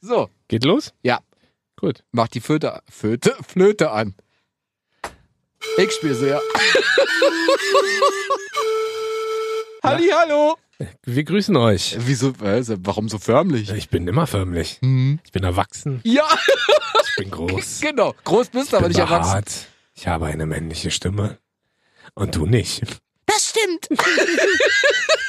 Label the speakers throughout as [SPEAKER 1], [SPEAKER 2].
[SPEAKER 1] So,
[SPEAKER 2] Geht los?
[SPEAKER 1] Ja.
[SPEAKER 2] Gut.
[SPEAKER 1] mach die Flöte, Flöte, Flöte an. Ich spiele sehr. Halli, hallo.
[SPEAKER 2] Wir grüßen euch.
[SPEAKER 1] Wieso, äh, warum so förmlich?
[SPEAKER 2] Ich bin immer förmlich.
[SPEAKER 1] Hm.
[SPEAKER 2] Ich bin erwachsen.
[SPEAKER 1] Ja,
[SPEAKER 2] Ich bin groß.
[SPEAKER 1] genau. Groß bist du, aber
[SPEAKER 2] bin
[SPEAKER 1] nicht erwachsen.
[SPEAKER 2] behaart. Ich habe eine männliche Stimme. Und du nicht.
[SPEAKER 1] Das stimmt.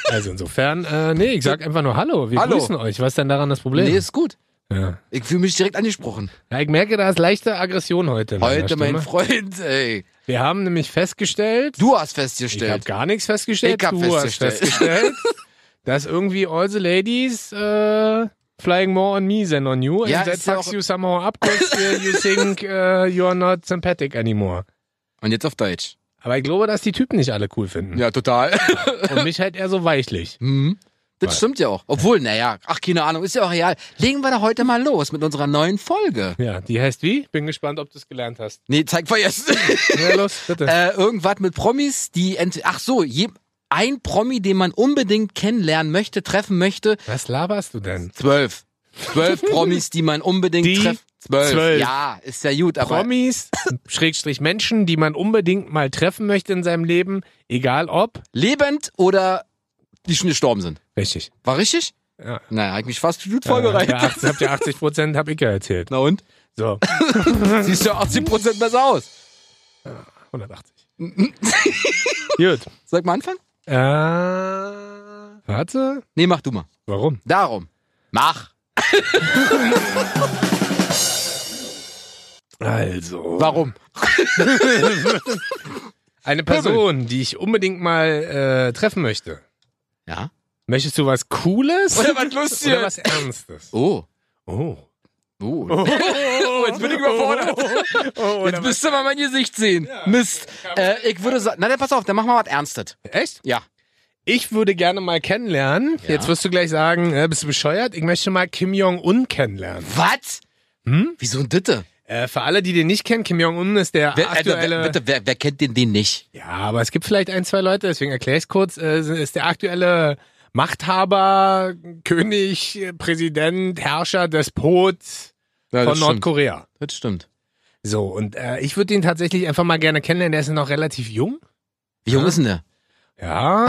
[SPEAKER 2] Also insofern, äh, nee, ich sag einfach nur Hallo. Wir
[SPEAKER 1] Hallo.
[SPEAKER 2] grüßen euch. Was ist denn daran das Problem?
[SPEAKER 1] Nee, ist gut.
[SPEAKER 2] ja.
[SPEAKER 1] Ich fühle mich direkt angesprochen.
[SPEAKER 2] ja, ich merke, da ist leichte Aggression heute. in meiner
[SPEAKER 1] Heute, mein
[SPEAKER 2] Stimme.
[SPEAKER 1] Freund, ey.
[SPEAKER 2] Wir haben nämlich festgestellt,
[SPEAKER 1] Du hast
[SPEAKER 2] ich habe
[SPEAKER 1] festgestellt.
[SPEAKER 2] gar nichts festgestellt,
[SPEAKER 1] Ich hab
[SPEAKER 2] du hast
[SPEAKER 1] festgestellt.
[SPEAKER 2] festgestellt, dass irgendwie all the ladies äh, flying more on me than on you and
[SPEAKER 1] Ja,
[SPEAKER 2] that
[SPEAKER 1] ist ja
[SPEAKER 2] fucks
[SPEAKER 1] auch-
[SPEAKER 2] you somehow up because uh, you think uh, you're not sympathetic anymore.
[SPEAKER 1] Und jetzt auf Deutsch.
[SPEAKER 2] Aber ich glaube, dass die Typen nicht alle cool finden.
[SPEAKER 1] Ja, total.
[SPEAKER 2] Und mich halt eher so weichlich.
[SPEAKER 1] Hm. Das
[SPEAKER 2] Mhm. Weil-
[SPEAKER 1] stimmt ja auch. Obwohl, naja, ach, keine Ahnung, ist ja auch real. Legen wir doch heute mal los mit unserer neuen Folge.
[SPEAKER 2] Ja, die heißt wie? Bin gespannt, ob du es gelernt hast.
[SPEAKER 1] Nee, zeig mal jetzt.
[SPEAKER 2] Ja, los, bitte.
[SPEAKER 1] äh, irgendwas mit Promis, die, ent ach so, je ein Promi, den man unbedingt kennenlernen möchte, treffen möchte.
[SPEAKER 2] Was laberst du denn?
[SPEAKER 1] Zwölf. Zwölf Promis, die man unbedingt
[SPEAKER 2] Die
[SPEAKER 1] treffen. Zwölf.
[SPEAKER 2] zwölf.
[SPEAKER 1] Ja, ist ja gut, aber.
[SPEAKER 2] Promis, Schrägstrich Menschen, die man unbedingt mal treffen möchte in seinem Leben, egal ob.
[SPEAKER 1] Lebend oder die schon gestorben sind.
[SPEAKER 2] Richtig.
[SPEAKER 1] War richtig?
[SPEAKER 2] Ja.
[SPEAKER 1] Naja, hab ich mich fast gut vorbereitet.
[SPEAKER 2] Ja, habt ihr 80 Prozent, hab ich ja erzählt.
[SPEAKER 1] Na und?
[SPEAKER 2] So,
[SPEAKER 1] Siehst du 80% besser aus.
[SPEAKER 2] 180. Gut.
[SPEAKER 1] Soll ich mal anfangen?
[SPEAKER 2] Äh, warte.
[SPEAKER 1] Nee, mach du mal.
[SPEAKER 2] Warum?
[SPEAKER 1] Darum. Mach.
[SPEAKER 2] Also.
[SPEAKER 1] Warum?
[SPEAKER 2] Eine Person, die ich unbedingt mal äh, treffen möchte.
[SPEAKER 1] Ja.
[SPEAKER 2] Möchtest du was Cooles?
[SPEAKER 1] Oder was Lustiges?
[SPEAKER 2] Oder was Ernstes?
[SPEAKER 1] Oh.
[SPEAKER 2] Oh.
[SPEAKER 1] Oh.
[SPEAKER 2] oh
[SPEAKER 1] jetzt bin ich überfordert.
[SPEAKER 2] Oh,
[SPEAKER 1] Jetzt müsst ihr mal mein Gesicht sehen. Mist. Äh, ich würde sagen, na, dann pass auf, dann machen wir was Ernstes.
[SPEAKER 2] Echt?
[SPEAKER 1] Ja.
[SPEAKER 2] Ich würde gerne mal kennenlernen.
[SPEAKER 1] Ja.
[SPEAKER 2] Jetzt wirst du gleich sagen, äh, bist du bescheuert? Ich möchte mal Kim Jong-un kennenlernen.
[SPEAKER 1] Was?
[SPEAKER 2] Hm?
[SPEAKER 1] Wieso ein Ditte?
[SPEAKER 2] Äh, für alle, die den nicht kennen, Kim Jong-un ist äh, der
[SPEAKER 1] Wer, also,
[SPEAKER 2] aktuelle...
[SPEAKER 1] wer, bitte, wer, wer kennt den, den nicht?
[SPEAKER 2] Ja, aber es gibt vielleicht ein, zwei Leute, deswegen erkläre ich es kurz, äh, ist der aktuelle Machthaber, König, äh, Präsident, Herrscher, Despot von Nordkorea.
[SPEAKER 1] Das stimmt.
[SPEAKER 2] So, und äh, ich würde ihn tatsächlich einfach mal gerne kennenlernen. Der ist ja noch relativ jung.
[SPEAKER 1] Wie jung
[SPEAKER 2] Ja.
[SPEAKER 1] ist denn der?
[SPEAKER 2] Ja,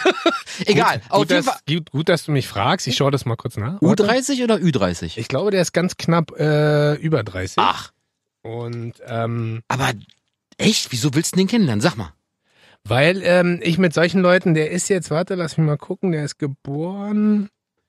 [SPEAKER 1] Egal.
[SPEAKER 2] gut,
[SPEAKER 1] auf
[SPEAKER 2] gut,
[SPEAKER 1] jeden
[SPEAKER 2] dass,
[SPEAKER 1] Fall.
[SPEAKER 2] gut, gut, dass du mich fragst. Ich schaue das mal kurz nach. Warte.
[SPEAKER 1] U30 oder Ü30?
[SPEAKER 2] Ich glaube, der ist ganz knapp äh, über 30.
[SPEAKER 1] Ach,
[SPEAKER 2] Und ähm,
[SPEAKER 1] aber echt? Wieso willst du den kennenlernen? Sag mal.
[SPEAKER 2] Weil ähm, ich mit solchen Leuten, der ist jetzt, warte, lass mich mal gucken, der ist geboren.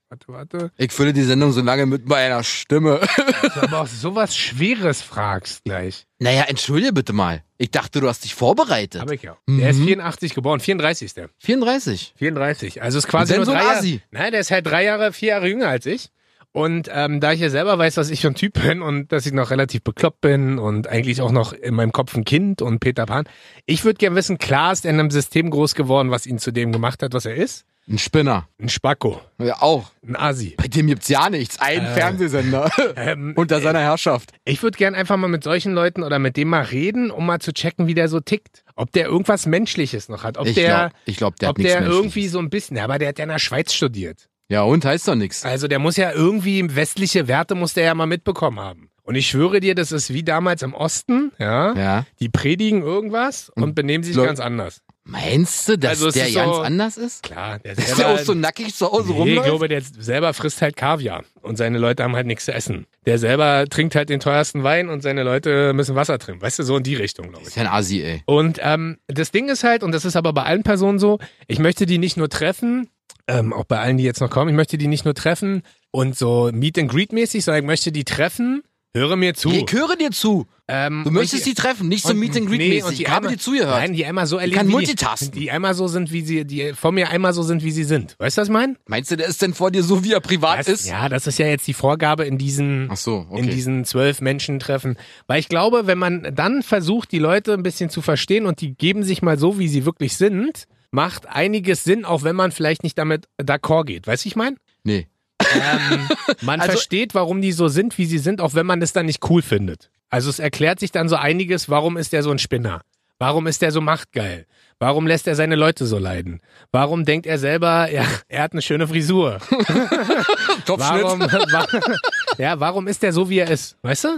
[SPEAKER 2] Warte, warte.
[SPEAKER 1] Ich fülle die Sendung so lange mit meiner Stimme.
[SPEAKER 2] Dass du aber auch sowas Schweres fragst gleich.
[SPEAKER 1] Naja, entschuldige bitte mal. Ich dachte, du hast dich vorbereitet.
[SPEAKER 2] Hab ich ja.
[SPEAKER 1] Mhm.
[SPEAKER 2] Der ist 84 geboren, 34 ist der.
[SPEAKER 1] 34.
[SPEAKER 2] 34. Also ist quasi
[SPEAKER 1] Und dann so
[SPEAKER 2] nur drei
[SPEAKER 1] ein
[SPEAKER 2] Jahre.
[SPEAKER 1] Assi.
[SPEAKER 2] Nein, der ist halt drei Jahre, vier Jahre jünger als ich. Und ähm, da ich ja selber weiß, was ich für ein Typ bin und dass ich noch relativ bekloppt bin und eigentlich auch noch in meinem Kopf ein Kind und Peter Pan, ich würde gerne wissen, klar ist er in einem System groß geworden, was ihn zu dem gemacht hat, was er ist.
[SPEAKER 1] Ein Spinner.
[SPEAKER 2] Ein Spacko,
[SPEAKER 1] Ja, auch.
[SPEAKER 2] ein Asi.
[SPEAKER 1] Bei dem gibt's ja nichts. Ein
[SPEAKER 2] Äh.
[SPEAKER 1] Fernsehsender.
[SPEAKER 2] Ähm,
[SPEAKER 1] Unter seiner Herrschaft.
[SPEAKER 2] Ich würde gern einfach mal mit solchen Leuten oder mit dem mal reden, um mal zu checken, wie der so tickt. Ob der irgendwas Menschliches noch hat. Ob
[SPEAKER 1] ich
[SPEAKER 2] der,
[SPEAKER 1] glaube, glaub, der
[SPEAKER 2] ob
[SPEAKER 1] hat nichts
[SPEAKER 2] der
[SPEAKER 1] Menschliches.
[SPEAKER 2] irgendwie so ein bisschen, ja, aber der hat ja in der Schweiz studiert.
[SPEAKER 1] Ja, und heißt doch nichts.
[SPEAKER 2] Also der muss ja irgendwie westliche Werte muss der ja mal mitbekommen haben. Und ich schwöre dir, das ist wie damals im Osten, ja.
[SPEAKER 1] Ja. Hm.
[SPEAKER 2] Die predigen irgendwas und
[SPEAKER 1] Und
[SPEAKER 2] benehmen sich
[SPEAKER 1] Leu-
[SPEAKER 2] ganz anders.
[SPEAKER 1] Meinst du, dass
[SPEAKER 2] Also es
[SPEAKER 1] der
[SPEAKER 2] ist so-
[SPEAKER 1] ganz anders ist?
[SPEAKER 2] Klar, der
[SPEAKER 1] Ist der
[SPEAKER 2] selber-
[SPEAKER 1] auch so nackig zu Hause
[SPEAKER 2] Nee, ich
[SPEAKER 1] rumläuft?
[SPEAKER 2] glaube, der selber frisst halt Kaviar und seine Leute haben halt nichts zu essen. Der selber trinkt halt den teuersten Wein und seine Leute müssen Wasser trinken. Weißt du, so in die Richtung, glaube ich.
[SPEAKER 1] ist ja ein Assi, ey.
[SPEAKER 2] Und ähm, das Ding ist halt, und das ist aber bei allen Personen so, ich möchte die nicht nur treffen, ähm, auch bei allen, die jetzt noch kommen, ich möchte die nicht nur treffen und so Meet and Greet mäßig, sondern ich möchte die treffen, höre mir zu.
[SPEAKER 1] Ich höre dir zu.
[SPEAKER 2] Ähm,
[SPEAKER 1] Du
[SPEAKER 2] und
[SPEAKER 1] möchtest
[SPEAKER 2] die-
[SPEAKER 1] die treffen, nicht so
[SPEAKER 2] und-
[SPEAKER 1] Meet and Greet
[SPEAKER 2] nee, und
[SPEAKER 1] mäßig.
[SPEAKER 2] die
[SPEAKER 1] Ich habe
[SPEAKER 2] einmal-
[SPEAKER 1] dir zugehört.
[SPEAKER 2] Nein, die einmal so erleben,
[SPEAKER 1] kann
[SPEAKER 2] wie
[SPEAKER 1] multitasken.
[SPEAKER 2] Die, die einmal so sind, wie sie, die von mir einmal so sind, wie sie sind. Weißt du, was ich meine?
[SPEAKER 1] Meinst du, der ist denn vor dir so, wie er privat
[SPEAKER 2] Das-
[SPEAKER 1] ist?
[SPEAKER 2] Ja, das ist ja jetzt die Vorgabe in diesen
[SPEAKER 1] Ach so, okay.
[SPEAKER 2] in diesen zwölf Menschen treffen. Weil ich glaube, wenn man dann versucht, die Leute ein bisschen zu verstehen und die geben sich mal so, wie sie wirklich sind, macht einiges Sinn, auch wenn man vielleicht nicht damit d'accord geht. Weißt du, ich meine?
[SPEAKER 1] nee.
[SPEAKER 2] Ähm, Man
[SPEAKER 1] Also-
[SPEAKER 2] versteht, warum die so sind, wie sie sind, auch wenn man es dann nicht cool findet. Also es erklärt sich dann so einiges, warum ist der so ein Spinner? Warum ist der so machtgeil? Warum lässt er seine Leute so leiden? Warum denkt er selber, ja, er hat eine schöne Frisur?
[SPEAKER 1] Kopfschnitt.
[SPEAKER 2] Warum, wa- Ja, warum ist der so, wie er ist? Weißt du?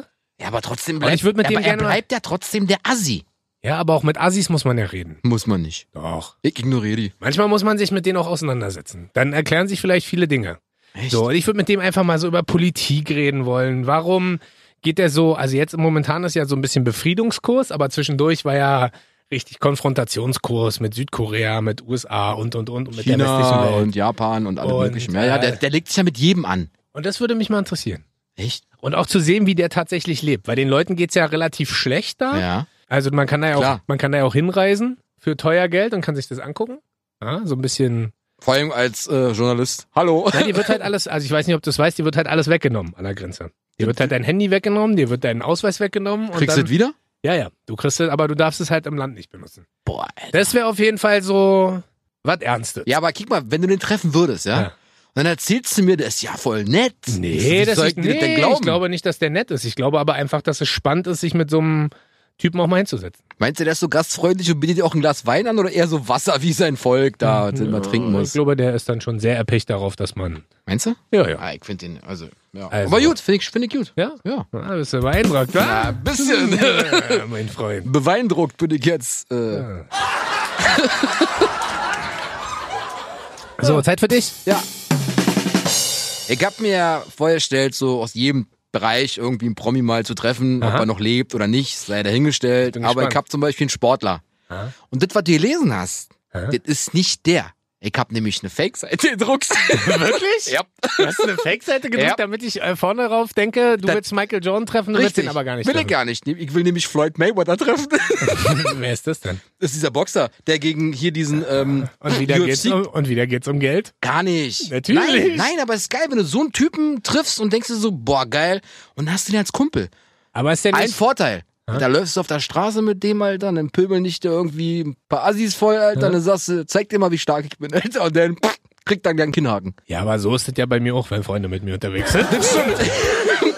[SPEAKER 1] Ja, aber trotzdem
[SPEAKER 2] Aber
[SPEAKER 1] bleibt,
[SPEAKER 2] ich würd mit
[SPEAKER 1] aber er
[SPEAKER 2] dem gerne mal-
[SPEAKER 1] bleibt ja trotzdem der Assi.
[SPEAKER 2] Ja, aber auch mit Assis muss man ja reden.
[SPEAKER 1] Muss man nicht.
[SPEAKER 2] Doch.
[SPEAKER 1] Ich ignoriere die.
[SPEAKER 2] Manchmal muss man sich mit denen auch auseinandersetzen. Dann erklären sich vielleicht viele Dinge.
[SPEAKER 1] Echt?
[SPEAKER 2] So, und ich würde mit dem einfach mal so über Politik reden wollen. Warum geht der so, also jetzt momentan ist ja so ein bisschen Befriedungskurs, aber zwischendurch war ja richtig Konfrontationskurs mit Südkorea, mit USA und und und und mit der westlichen
[SPEAKER 1] China
[SPEAKER 2] Welt.
[SPEAKER 1] und Japan und alle
[SPEAKER 2] Und,
[SPEAKER 1] möglichen. Ja, ja, der,
[SPEAKER 2] äh,
[SPEAKER 1] der legt sich ja mit jedem an.
[SPEAKER 2] Und das würde mich mal interessieren.
[SPEAKER 1] Echt?
[SPEAKER 2] Und auch zu sehen, wie der tatsächlich lebt. Weil den Leuten geht's ja relativ schlecht da.
[SPEAKER 1] Ja.
[SPEAKER 2] Also man kann da ja auch,
[SPEAKER 1] Klar.
[SPEAKER 2] man kann da ja auch hinreisen für teuer Geld und kann sich das angucken. Ja, so ein bisschen.
[SPEAKER 1] Vor allem als äh, Journalist. Hallo.
[SPEAKER 2] Nein, dir wird halt alles, also ich weiß nicht, ob du es weißt, dir wird halt alles weggenommen an der Grenze. Dir wird halt dein Handy weggenommen, dir wird dein Ausweis weggenommen.
[SPEAKER 1] Kriegst du
[SPEAKER 2] und
[SPEAKER 1] das
[SPEAKER 2] dann,
[SPEAKER 1] wieder?
[SPEAKER 2] Ja, ja. Du kriegst es, aber du darfst es halt im Land nicht benutzen.
[SPEAKER 1] Boah, Alter.
[SPEAKER 2] Das wäre auf jeden Fall so was Ernstes.
[SPEAKER 1] Ja, aber guck mal, wenn du den treffen würdest, ja,
[SPEAKER 2] Ja.
[SPEAKER 1] dann erzählst du mir, der ist ja voll nett.
[SPEAKER 2] Nee, das
[SPEAKER 1] soll
[SPEAKER 2] ist,
[SPEAKER 1] ich dir
[SPEAKER 2] nee,
[SPEAKER 1] denn glauben?
[SPEAKER 2] ich glaube nicht, dass der nett ist. Ich glaube aber einfach, dass es spannend ist, sich mit so einem Typen auch mal hinzusetzen.
[SPEAKER 1] Meinst du, der ist so gastfreundlich und bietet dir auch ein Glas Wein an oder eher so Wasser wie sein Volk da, den man trinken
[SPEAKER 2] Ich
[SPEAKER 1] muss?
[SPEAKER 2] glaube, der ist dann schon sehr erpicht darauf, dass man.
[SPEAKER 1] Meinst du?
[SPEAKER 2] Ja, ja.
[SPEAKER 1] Ah, ich finde den, also, ja.
[SPEAKER 2] Also.
[SPEAKER 1] Aber gut, finde ich, find ich gut.
[SPEAKER 2] Ja?
[SPEAKER 1] Ja.
[SPEAKER 2] Ah, bist du beeindruckt,
[SPEAKER 1] Ja,
[SPEAKER 2] wa?
[SPEAKER 1] ein bisschen.
[SPEAKER 2] Ja, mein Freund.
[SPEAKER 1] Beweindruckt bin ich jetzt. Äh, ja.
[SPEAKER 2] So, Zeit für dich.
[SPEAKER 1] Ich habe mir vorgestellt, so aus jedem Bereich irgendwie einen Promi mal zu treffen, ob
[SPEAKER 2] Aha.
[SPEAKER 1] er noch lebt oder nicht, sei dahingestellt.
[SPEAKER 2] Bin
[SPEAKER 1] Aber
[SPEAKER 2] gespannt.
[SPEAKER 1] ich habe zum Beispiel einen Sportler.
[SPEAKER 2] Aha.
[SPEAKER 1] Und das, was du gelesen hast,
[SPEAKER 2] Aha.
[SPEAKER 1] das ist nicht der. Ich habe nämlich eine Fake-Seite gedruckt.
[SPEAKER 2] Wirklich?
[SPEAKER 1] ja.
[SPEAKER 2] Du hast eine Fake-Seite gedrückt,
[SPEAKER 1] Ja.
[SPEAKER 2] damit ich äh, vorne rauf denke, du
[SPEAKER 1] Da-
[SPEAKER 2] willst Michael Jordan treffen, du willst
[SPEAKER 1] Richtig.
[SPEAKER 2] ihn aber gar nicht
[SPEAKER 1] Will ich
[SPEAKER 2] treffen.
[SPEAKER 1] gar nicht. Ich will nämlich Floyd Mayweather treffen.
[SPEAKER 2] Wer ist das denn?
[SPEAKER 1] Das ist dieser Boxer, der gegen hier diesen ähm,
[SPEAKER 2] Und wieder,
[SPEAKER 1] UFC
[SPEAKER 2] geht's um, und wieder geht's um Geld.
[SPEAKER 1] Gar nicht.
[SPEAKER 2] Natürlich.
[SPEAKER 1] Nein, nein, aber es ist geil, wenn du so einen Typen triffst und denkst dir so, boah, geil, und dann hast du den als Kumpel.
[SPEAKER 2] Aber ist der
[SPEAKER 1] Ein
[SPEAKER 2] nicht...
[SPEAKER 1] Vorteil. Da läufst du auf der Straße mit dem, Alter, dann pöbeln nicht irgendwie ein paar Assis voll, Alter, dann sagst du, zeig dir mal, wie stark ich bin, Alter, und dann pff, kriegt dann deinen Kinnhaken.
[SPEAKER 2] Ja, aber so ist es ja bei mir auch, wenn Freunde mit mir unterwegs sind.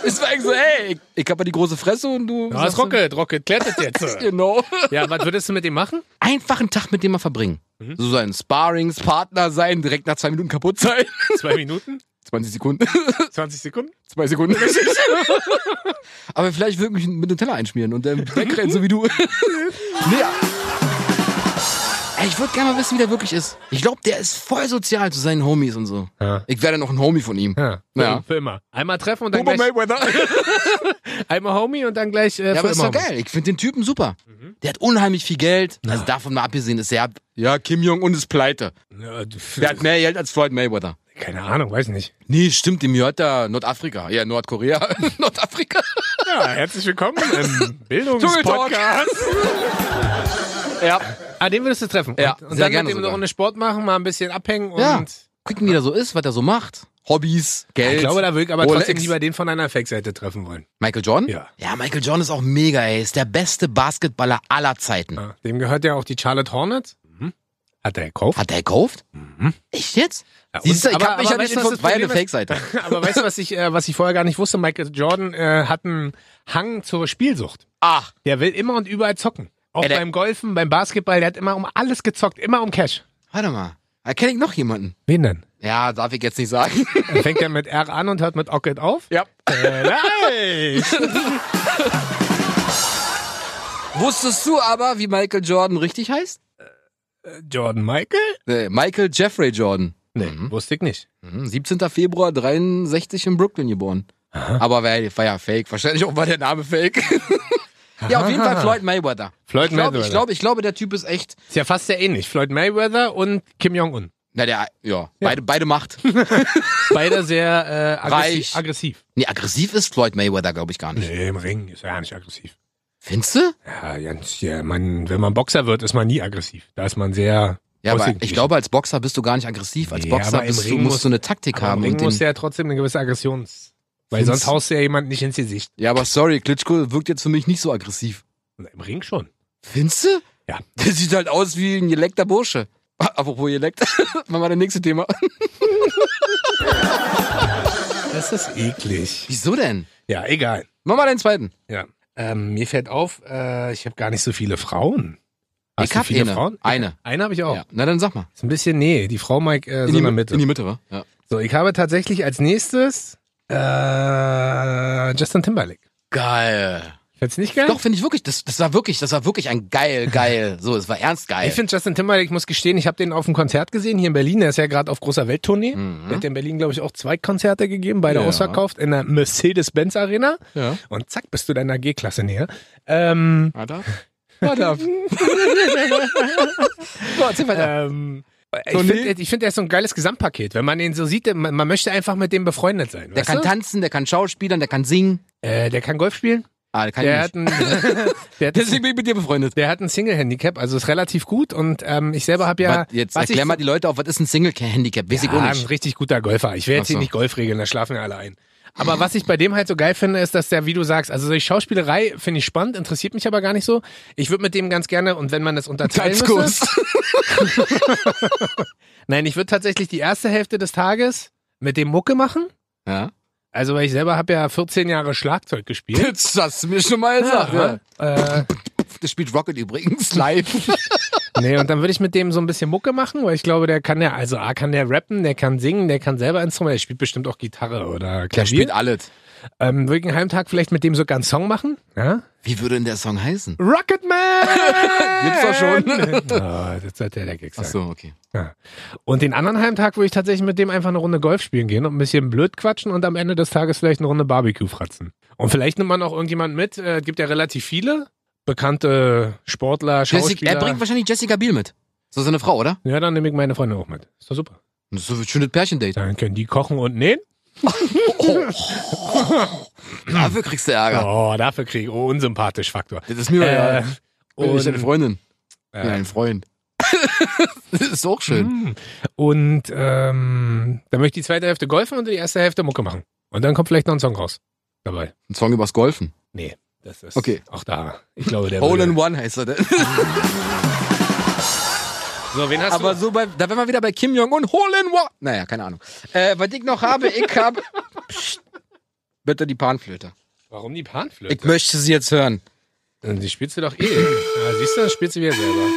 [SPEAKER 1] Ist eigentlich so, ey, ich, ich hab ja die große Fresse und du.
[SPEAKER 2] Ja,
[SPEAKER 1] sagst
[SPEAKER 2] ist
[SPEAKER 1] so,
[SPEAKER 2] Rocket, Rocket, klettert jetzt.
[SPEAKER 1] Genau.
[SPEAKER 2] ja, was würdest du mit ihm machen?
[SPEAKER 1] Einfach einen Tag mit dem mal verbringen. So sein Sparringspartner sein, direkt nach zwei Minuten kaputt sein.
[SPEAKER 2] Zwei Minuten?
[SPEAKER 1] 20 Sekunden.
[SPEAKER 2] 20 Sekunden?
[SPEAKER 1] Zwei Sekunden. Aber vielleicht wirklich mit dem Teller einschmieren und dann wegrennen, so wie du. nee. ja. Ey, ich würde gerne mal wissen, wie der wirklich ist. Ich glaube, der ist voll sozial zu seinen Homies und so.
[SPEAKER 2] Ja.
[SPEAKER 1] Ich werde noch ein Homie von ihm.
[SPEAKER 2] Ja, für,
[SPEAKER 1] Ja.
[SPEAKER 2] für immer. Einmal treffen und dann
[SPEAKER 1] Ober
[SPEAKER 2] gleich
[SPEAKER 1] Mayweather.
[SPEAKER 2] einmal Homie und dann gleich äh,
[SPEAKER 1] Ja,
[SPEAKER 2] für
[SPEAKER 1] aber
[SPEAKER 2] immer. Mhm.
[SPEAKER 1] ist doch
[SPEAKER 2] Homie.
[SPEAKER 1] geil. Ich finde den Typen super. Der hat unheimlich viel Geld. Also davon mal abgesehen ist er, ja, Kim Jong-un ist pleite.
[SPEAKER 2] Ja, du-
[SPEAKER 1] Der hat mehr Geld als Floyd Mayweather.
[SPEAKER 2] Keine Ahnung, weiß nicht.
[SPEAKER 1] Nee, stimmt, dem gehört da Nordafrika. Ja, Nordkorea. Nordafrika.
[SPEAKER 2] Ja, herzlich willkommen im
[SPEAKER 1] Ja.
[SPEAKER 2] Ah, den würdest du treffen.
[SPEAKER 1] Ja,
[SPEAKER 2] und und
[SPEAKER 1] sehr
[SPEAKER 2] dann
[SPEAKER 1] gerne
[SPEAKER 2] mit dem
[SPEAKER 1] sogar.
[SPEAKER 2] noch eine Sport machen, mal ein bisschen abhängen und.
[SPEAKER 1] Ja. Gucken, wie der so ist, was er so macht. Hobbys, Geld.
[SPEAKER 2] Ich glaube, da will ich aber
[SPEAKER 1] Rolex.
[SPEAKER 2] trotzdem lieber den von einer Fake-Seite treffen wollen.
[SPEAKER 1] Michael Jordan?
[SPEAKER 2] Ja.
[SPEAKER 1] Ja, Michael Jordan ist auch mega, ey. Ist der beste Basketballer aller Zeiten.
[SPEAKER 2] Ja. Dem gehört ja auch die Charlotte Hornets.
[SPEAKER 1] Mhm.
[SPEAKER 2] Hat er gekauft.
[SPEAKER 1] Hat er gekauft? Echt jetzt?
[SPEAKER 2] Mhm. Ja,
[SPEAKER 1] Siehst du,
[SPEAKER 2] und-
[SPEAKER 1] ich
[SPEAKER 2] aber-
[SPEAKER 1] hab mich
[SPEAKER 2] aber
[SPEAKER 1] ja nicht
[SPEAKER 2] weißt du, was das
[SPEAKER 1] informiert. War ja eine
[SPEAKER 2] Problem ist?
[SPEAKER 1] Fake-Seite.
[SPEAKER 2] aber weißt du, was ich, äh, was ich vorher gar nicht wusste? Michael Jordan äh, hat einen Hang zur Spielsucht.
[SPEAKER 1] Ach,
[SPEAKER 2] Der will immer und überall zocken. Auch
[SPEAKER 1] Ey, der-
[SPEAKER 2] beim Golfen, beim Basketball, der hat immer um alles gezockt, immer um Cash.
[SPEAKER 1] warte mal. Da kenne ich noch jemanden.
[SPEAKER 2] Wen denn?
[SPEAKER 1] Ja, darf ich jetzt nicht sagen.
[SPEAKER 2] Er fängt ja mit R an und hört mit Ocket auf.
[SPEAKER 1] ja.
[SPEAKER 2] Äh,
[SPEAKER 1] Wusstest du aber, wie Michael Jordan richtig heißt?
[SPEAKER 2] Jordan Michael?
[SPEAKER 1] Nee, Michael Jeffrey Jordan.
[SPEAKER 2] Nee, wusste ich nicht.
[SPEAKER 1] Mhm, 17. Februar 63 in Brooklyn geboren. Aber war, war ja fake. Wahrscheinlich auch war der Name fake. ja, auf jeden Fall Floyd Mayweather.
[SPEAKER 2] Floyd
[SPEAKER 1] ich glaube,
[SPEAKER 2] Mayweather.
[SPEAKER 1] ich, glaube, ich glaube, der Typ ist echt
[SPEAKER 2] Ist ja fast sehr ähnlich. Floyd Mayweather und Kim Jong-un.
[SPEAKER 1] Na, der, ja, Beide, beide Macht.
[SPEAKER 2] Beide sehr äh, aggressiv.
[SPEAKER 1] Reich.
[SPEAKER 2] aggressiv.
[SPEAKER 1] Nee, aggressiv ist Floyd Mayweather, glaube ich, gar nicht.
[SPEAKER 2] Nee, im Ring ist er ja nicht aggressiv.
[SPEAKER 1] Findest du?
[SPEAKER 2] Ja, Jans, ja, man, wenn man Boxer wird, ist man nie aggressiv. Da ist man sehr.
[SPEAKER 1] Ja, aber
[SPEAKER 2] ausgeglichen.
[SPEAKER 1] ich glaube, als Boxer bist du gar nicht aggressiv. Als
[SPEAKER 2] Nee,
[SPEAKER 1] Boxer
[SPEAKER 2] aber im
[SPEAKER 1] bist du,
[SPEAKER 2] Ring
[SPEAKER 1] musst
[SPEAKER 2] muss-
[SPEAKER 1] du eine Taktik
[SPEAKER 2] aber im
[SPEAKER 1] haben.
[SPEAKER 2] Ring
[SPEAKER 1] Und
[SPEAKER 2] muss
[SPEAKER 1] den,
[SPEAKER 2] ja trotzdem eine gewisse Aggressions. Weil
[SPEAKER 1] Findest-
[SPEAKER 2] sonst haust du ja jemanden nicht ins Gesicht.
[SPEAKER 1] ja, aber sorry, Klitschko wirkt jetzt für mich nicht so aggressiv.
[SPEAKER 2] Na, Im Ring schon.
[SPEAKER 1] Findest du?
[SPEAKER 2] Ja.
[SPEAKER 1] Der sieht halt aus wie ein geleckter Bursche. Apropos geleckt, machen wir das nächste Thema.
[SPEAKER 2] Das ist eklig.
[SPEAKER 1] Wieso denn?
[SPEAKER 2] Ja, egal.
[SPEAKER 1] Mach mal den zweiten.
[SPEAKER 2] Ja. Ähm, mir fällt auf, äh, ich habe gar nicht so viele Frauen. Hast
[SPEAKER 1] ich
[SPEAKER 2] du
[SPEAKER 1] hab
[SPEAKER 2] viele
[SPEAKER 1] eine.
[SPEAKER 2] Frauen?
[SPEAKER 1] Eine.
[SPEAKER 2] Eine habe ich auch.
[SPEAKER 1] Ja. Na dann sag mal.
[SPEAKER 2] Ist ein bisschen, nee, die Frau
[SPEAKER 1] Also
[SPEAKER 2] Mike äh, so in der Mitte.
[SPEAKER 1] in die Mitte, wa? Ja.
[SPEAKER 2] So, ich habe tatsächlich als nächstes äh, äh, Justin Timberlake.
[SPEAKER 1] Geil.
[SPEAKER 2] Findest du nicht geil?
[SPEAKER 1] Doch, finde ich wirklich, das, das war wirklich, das war wirklich ein geil, geil. So, es war ernst geil.
[SPEAKER 2] Ich finde Justin Timberlake, ich muss gestehen, ich habe den auf einem Konzert gesehen hier in Berlin. Er ist ja gerade auf großer Welttournee. Der hat in Berlin, glaube ich, auch zwei Konzerte gegeben, beide
[SPEAKER 1] Mhm. Ja.
[SPEAKER 2] ausverkauft in der Mercedes-Benz Arena.
[SPEAKER 1] Ja.
[SPEAKER 2] Und zack, bist du deiner G-Klasse näher. Ähm,
[SPEAKER 1] Alter.
[SPEAKER 2] warte ab.
[SPEAKER 1] So, erzähl weiter.
[SPEAKER 2] ähm, ich
[SPEAKER 1] Tournee?
[SPEAKER 2] finde, ich find, er ist so ein geiles Gesamtpaket. Wenn man ihn so sieht, man, man möchte einfach mit dem befreundet sein.
[SPEAKER 1] der
[SPEAKER 2] weißt
[SPEAKER 1] kann
[SPEAKER 2] du?
[SPEAKER 1] tanzen, der kann schauspielern, der kann singen.
[SPEAKER 2] äh, der kann Golf spielen.
[SPEAKER 1] Ah, der kann
[SPEAKER 2] Der
[SPEAKER 1] nicht.
[SPEAKER 2] hat, ein, der, hat ein,
[SPEAKER 1] Deswegen bin ich mit dir befreundet.
[SPEAKER 2] der hat ein Single-Handicap, also ist relativ gut. Und ähm, ich selber habe ja...
[SPEAKER 1] was, jetzt
[SPEAKER 2] was
[SPEAKER 1] erklär
[SPEAKER 2] ich,
[SPEAKER 1] mal die Leute auf, was ist ein Single-Handicap? Weiß ich auch
[SPEAKER 2] Ja,
[SPEAKER 1] nicht.
[SPEAKER 2] ein richtig guter Golfer. Ich will
[SPEAKER 1] Ach
[SPEAKER 2] jetzt
[SPEAKER 1] so.
[SPEAKER 2] hier nicht Golf regeln, da schlafen wir alle ein. Aber was ich bei dem halt so geil finde, ist, dass der, wie du sagst, also die Schauspielerei finde ich spannend, interessiert mich aber gar nicht so. Ich würde mit dem ganz gerne, und wenn man das unterteilen
[SPEAKER 1] Ganz
[SPEAKER 2] müsste...
[SPEAKER 1] kurz.
[SPEAKER 2] Nein, ich würde tatsächlich die erste Hälfte des Tages mit dem Mucke machen.
[SPEAKER 1] Ja.
[SPEAKER 2] Also, weil ich selber habe ja 14 Jahre Schlagzeug gespielt.
[SPEAKER 1] Jetzt hast du mir schon mal gesagt. Ja,
[SPEAKER 2] Äh,
[SPEAKER 1] Das spielt Rocket übrigens live.
[SPEAKER 2] nee, und dann würde ich mit dem so ein bisschen Mucke machen, weil ich glaube, der kann ja, also A kann der rappen, der kann singen, der kann selber Instrumente, der spielt bestimmt auch Gitarre oder
[SPEAKER 1] Der
[SPEAKER 2] Klavier.
[SPEAKER 1] spielt alles.
[SPEAKER 2] Ähm, würde ich einen Heimtag vielleicht mit dem sogar einen Song machen? Ja?
[SPEAKER 1] Wie würde denn der Song heißen?
[SPEAKER 2] Rocketman!
[SPEAKER 1] Gibt's doch schon.
[SPEAKER 2] oh, das hat der
[SPEAKER 1] Ach
[SPEAKER 2] Gag gesagt.
[SPEAKER 1] so, okay.
[SPEAKER 2] Ja. Und den anderen Heimtag würde ich tatsächlich mit dem einfach eine Runde Golf spielen gehen und ein bisschen blöd quatschen und am Ende des Tages vielleicht eine Runde Barbecue fratzen. Und vielleicht nimmt man auch irgendjemanden mit, äh, gibt ja relativ viele bekannte Sportler,
[SPEAKER 1] Jessica,
[SPEAKER 2] Schauspieler.
[SPEAKER 1] er bringt wahrscheinlich Jessica Biel mit. So seine Frau, oder?
[SPEAKER 2] ja, dann nehme ich meine Freunde auch mit. Ist doch super.
[SPEAKER 1] Das ist so ein schönes Pärchendate.
[SPEAKER 2] Dann können die kochen und nähen.
[SPEAKER 1] Dafür kriegst du Ärger.
[SPEAKER 2] Oh, dafür krieg ich oh, unsympathisch Faktor.
[SPEAKER 1] Das ist mir
[SPEAKER 2] Äh,
[SPEAKER 1] ja.
[SPEAKER 2] und,
[SPEAKER 1] Ich eine Freundin.
[SPEAKER 2] äh,
[SPEAKER 1] Ja, ein Freund. das ist auch schön.
[SPEAKER 2] Mm. Und ähm, dann möchte ich die zweite Hälfte golfen und die erste Hälfte Mucke machen. Und dann kommt vielleicht noch ein Song raus dabei.
[SPEAKER 1] Ein Song übers Golfen.
[SPEAKER 2] Nee, das ist
[SPEAKER 1] Okay.
[SPEAKER 2] auch da. Ich glaube, der
[SPEAKER 1] Hole
[SPEAKER 2] würde-
[SPEAKER 1] in One heißt er. denn.
[SPEAKER 2] So, wen hast
[SPEAKER 1] Aber
[SPEAKER 2] du?
[SPEAKER 1] so bei, da wären wir wieder bei Kim Jong-un. Hole in One. Naja, keine Ahnung. Äh, was ich noch habe, ich habe. Psst. Bitte die Panflöte.
[SPEAKER 2] Warum die Panflöte?
[SPEAKER 1] Ich möchte sie jetzt hören.
[SPEAKER 2] die spielst du doch eh. ja, siehst du, dann spielst du wieder selber.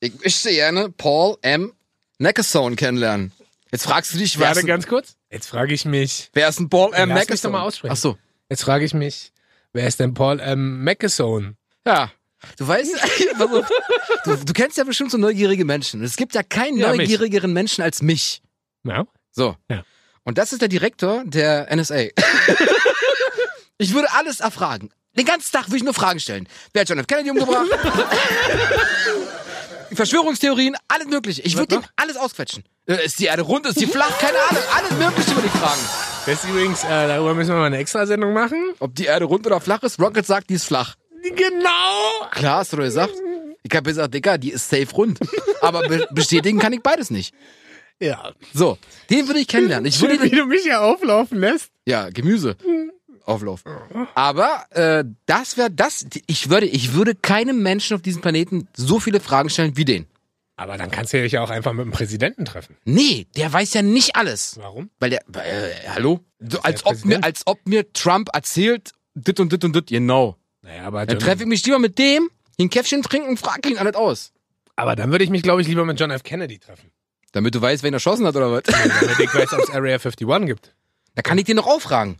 [SPEAKER 1] Ich möchte gerne Paul M. Neckerson kennenlernen. Jetzt fragst du dich, wer ist,
[SPEAKER 2] Warte
[SPEAKER 1] ein,
[SPEAKER 2] ganz kurz. Jetzt frage ich mich.
[SPEAKER 1] wer ist ein Paul M.
[SPEAKER 2] Lass mich
[SPEAKER 1] Neckerson?
[SPEAKER 2] doch mal aussprechen.
[SPEAKER 1] Ach so.
[SPEAKER 2] Jetzt frage ich mich, wer ist denn Paul ähm, Mackesone?
[SPEAKER 1] Ja. Du weißt, pass auf, du, du kennst ja bestimmt so neugierige Menschen. Es gibt ja keinen
[SPEAKER 2] Ja, mich.
[SPEAKER 1] neugierigeren Menschen als mich.
[SPEAKER 2] Ja?
[SPEAKER 1] So.
[SPEAKER 2] Ja.
[SPEAKER 1] Und das ist der Direktor der NSA. ich würde alles erfragen. Den ganzen Tag würde ich nur Fragen stellen. Wer hat John F. Kennedy umgebracht? Verschwörungstheorien, alles Mögliche. Ich würde
[SPEAKER 2] Was
[SPEAKER 1] dem alles ausquetschen. Äh, Ist die Erde rund, ist die flach? Keine Ahnung. Alles Mögliche würde ich fragen.
[SPEAKER 2] Das ist übrigens, äh, darüber müssen wir mal eine Extrasendung machen.
[SPEAKER 1] Ob die Erde rund oder flach ist? Rocket sagt, die ist flach.
[SPEAKER 2] Genau!
[SPEAKER 1] Klar, hast du doch gesagt. Ich habe gesagt, Digga, die ist safe rund. Aber be bestätigen kann ich beides nicht.
[SPEAKER 2] Ja.
[SPEAKER 1] So, den würde ich kennenlernen. Ich
[SPEAKER 2] Schön, wie
[SPEAKER 1] würde,
[SPEAKER 2] du mich hier auflaufen lässt.
[SPEAKER 1] ja, Gemüse. Auflauf. Aber äh, das wäre das. Ich würde, ich würde keinem Menschen auf diesem Planeten so viele Fragen stellen wie den.
[SPEAKER 2] Aber dann kannst du dich ja auch einfach mit dem Präsidenten treffen.
[SPEAKER 1] Nee, der weiß ja nicht alles.
[SPEAKER 2] Warum?
[SPEAKER 1] Weil der. Äh, hallo? So, als, ob
[SPEAKER 2] Präsident.
[SPEAKER 1] mir, als ob mir Trump erzählt, dit und dit und dit. Genau.
[SPEAKER 2] Naja, aber
[SPEAKER 1] Dann
[SPEAKER 2] dann,
[SPEAKER 1] treffe ich mich lieber mit dem, ein Käffchen trinken, frag ihn alles aus.
[SPEAKER 2] aber dann würde ich mich, glaube ich, lieber mit John F. Kennedy treffen.
[SPEAKER 1] Damit du weißt, wen er erschossen hat oder was.
[SPEAKER 2] Damit ich weiß, ob es Area 51 gibt.
[SPEAKER 1] Da kann ich den noch auffragen.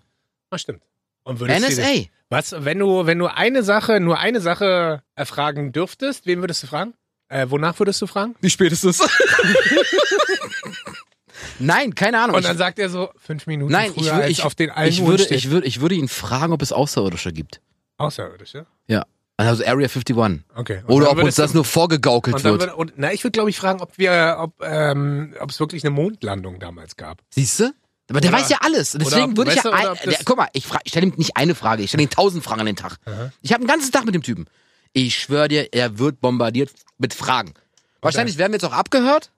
[SPEAKER 2] Ah, stimmt. Und würdest du dir-
[SPEAKER 1] NSA.
[SPEAKER 2] Was, wenn du, wenn du eine Sache, nur eine Sache erfragen dürftest, wen würdest du fragen? Äh, wonach würdest du fragen?
[SPEAKER 1] Wie spät ist es? Nein, keine Ahnung.
[SPEAKER 2] Und dann
[SPEAKER 1] ich,
[SPEAKER 2] sagt er so, fünf Minuten
[SPEAKER 1] nein, ich,
[SPEAKER 2] früher
[SPEAKER 1] wür-
[SPEAKER 2] als
[SPEAKER 1] ich,
[SPEAKER 2] auf den allen
[SPEAKER 1] ich, würde,
[SPEAKER 2] steht.
[SPEAKER 1] ich, würde, ich würde ihn fragen, ob es Außerirdische gibt.
[SPEAKER 2] Außerirdische.
[SPEAKER 1] Ja. Also Area 51.
[SPEAKER 2] Okay.
[SPEAKER 1] Oder
[SPEAKER 2] Und dann
[SPEAKER 1] ob uns
[SPEAKER 2] würdest
[SPEAKER 1] das
[SPEAKER 2] du-
[SPEAKER 1] nur vorgegaukelt
[SPEAKER 2] und dann
[SPEAKER 1] wird.
[SPEAKER 2] würde, und, na, ich würde, glaube ich, fragen, ob wir, ob, ähm, ob es wirklich eine Mondlandung damals gab.
[SPEAKER 1] Siehst du? Aber der
[SPEAKER 2] Oder-
[SPEAKER 1] weiß ja alles. Und
[SPEAKER 2] oder
[SPEAKER 1] Deswegen
[SPEAKER 2] ob-
[SPEAKER 1] würde ich
[SPEAKER 2] weißt
[SPEAKER 1] ja.
[SPEAKER 2] du, oder
[SPEAKER 1] ein-
[SPEAKER 2] ob das-
[SPEAKER 1] der, guck mal, ich, fra- ich stelle ihm nicht eine Frage, ich stelle ihm tausend Fragen an den Tag. Ich habe einen ganzen Tag mit dem Typen. Ich schwöre dir, er wird bombardiert mit Fragen. Wahrscheinlich werden wir jetzt auch abgehört.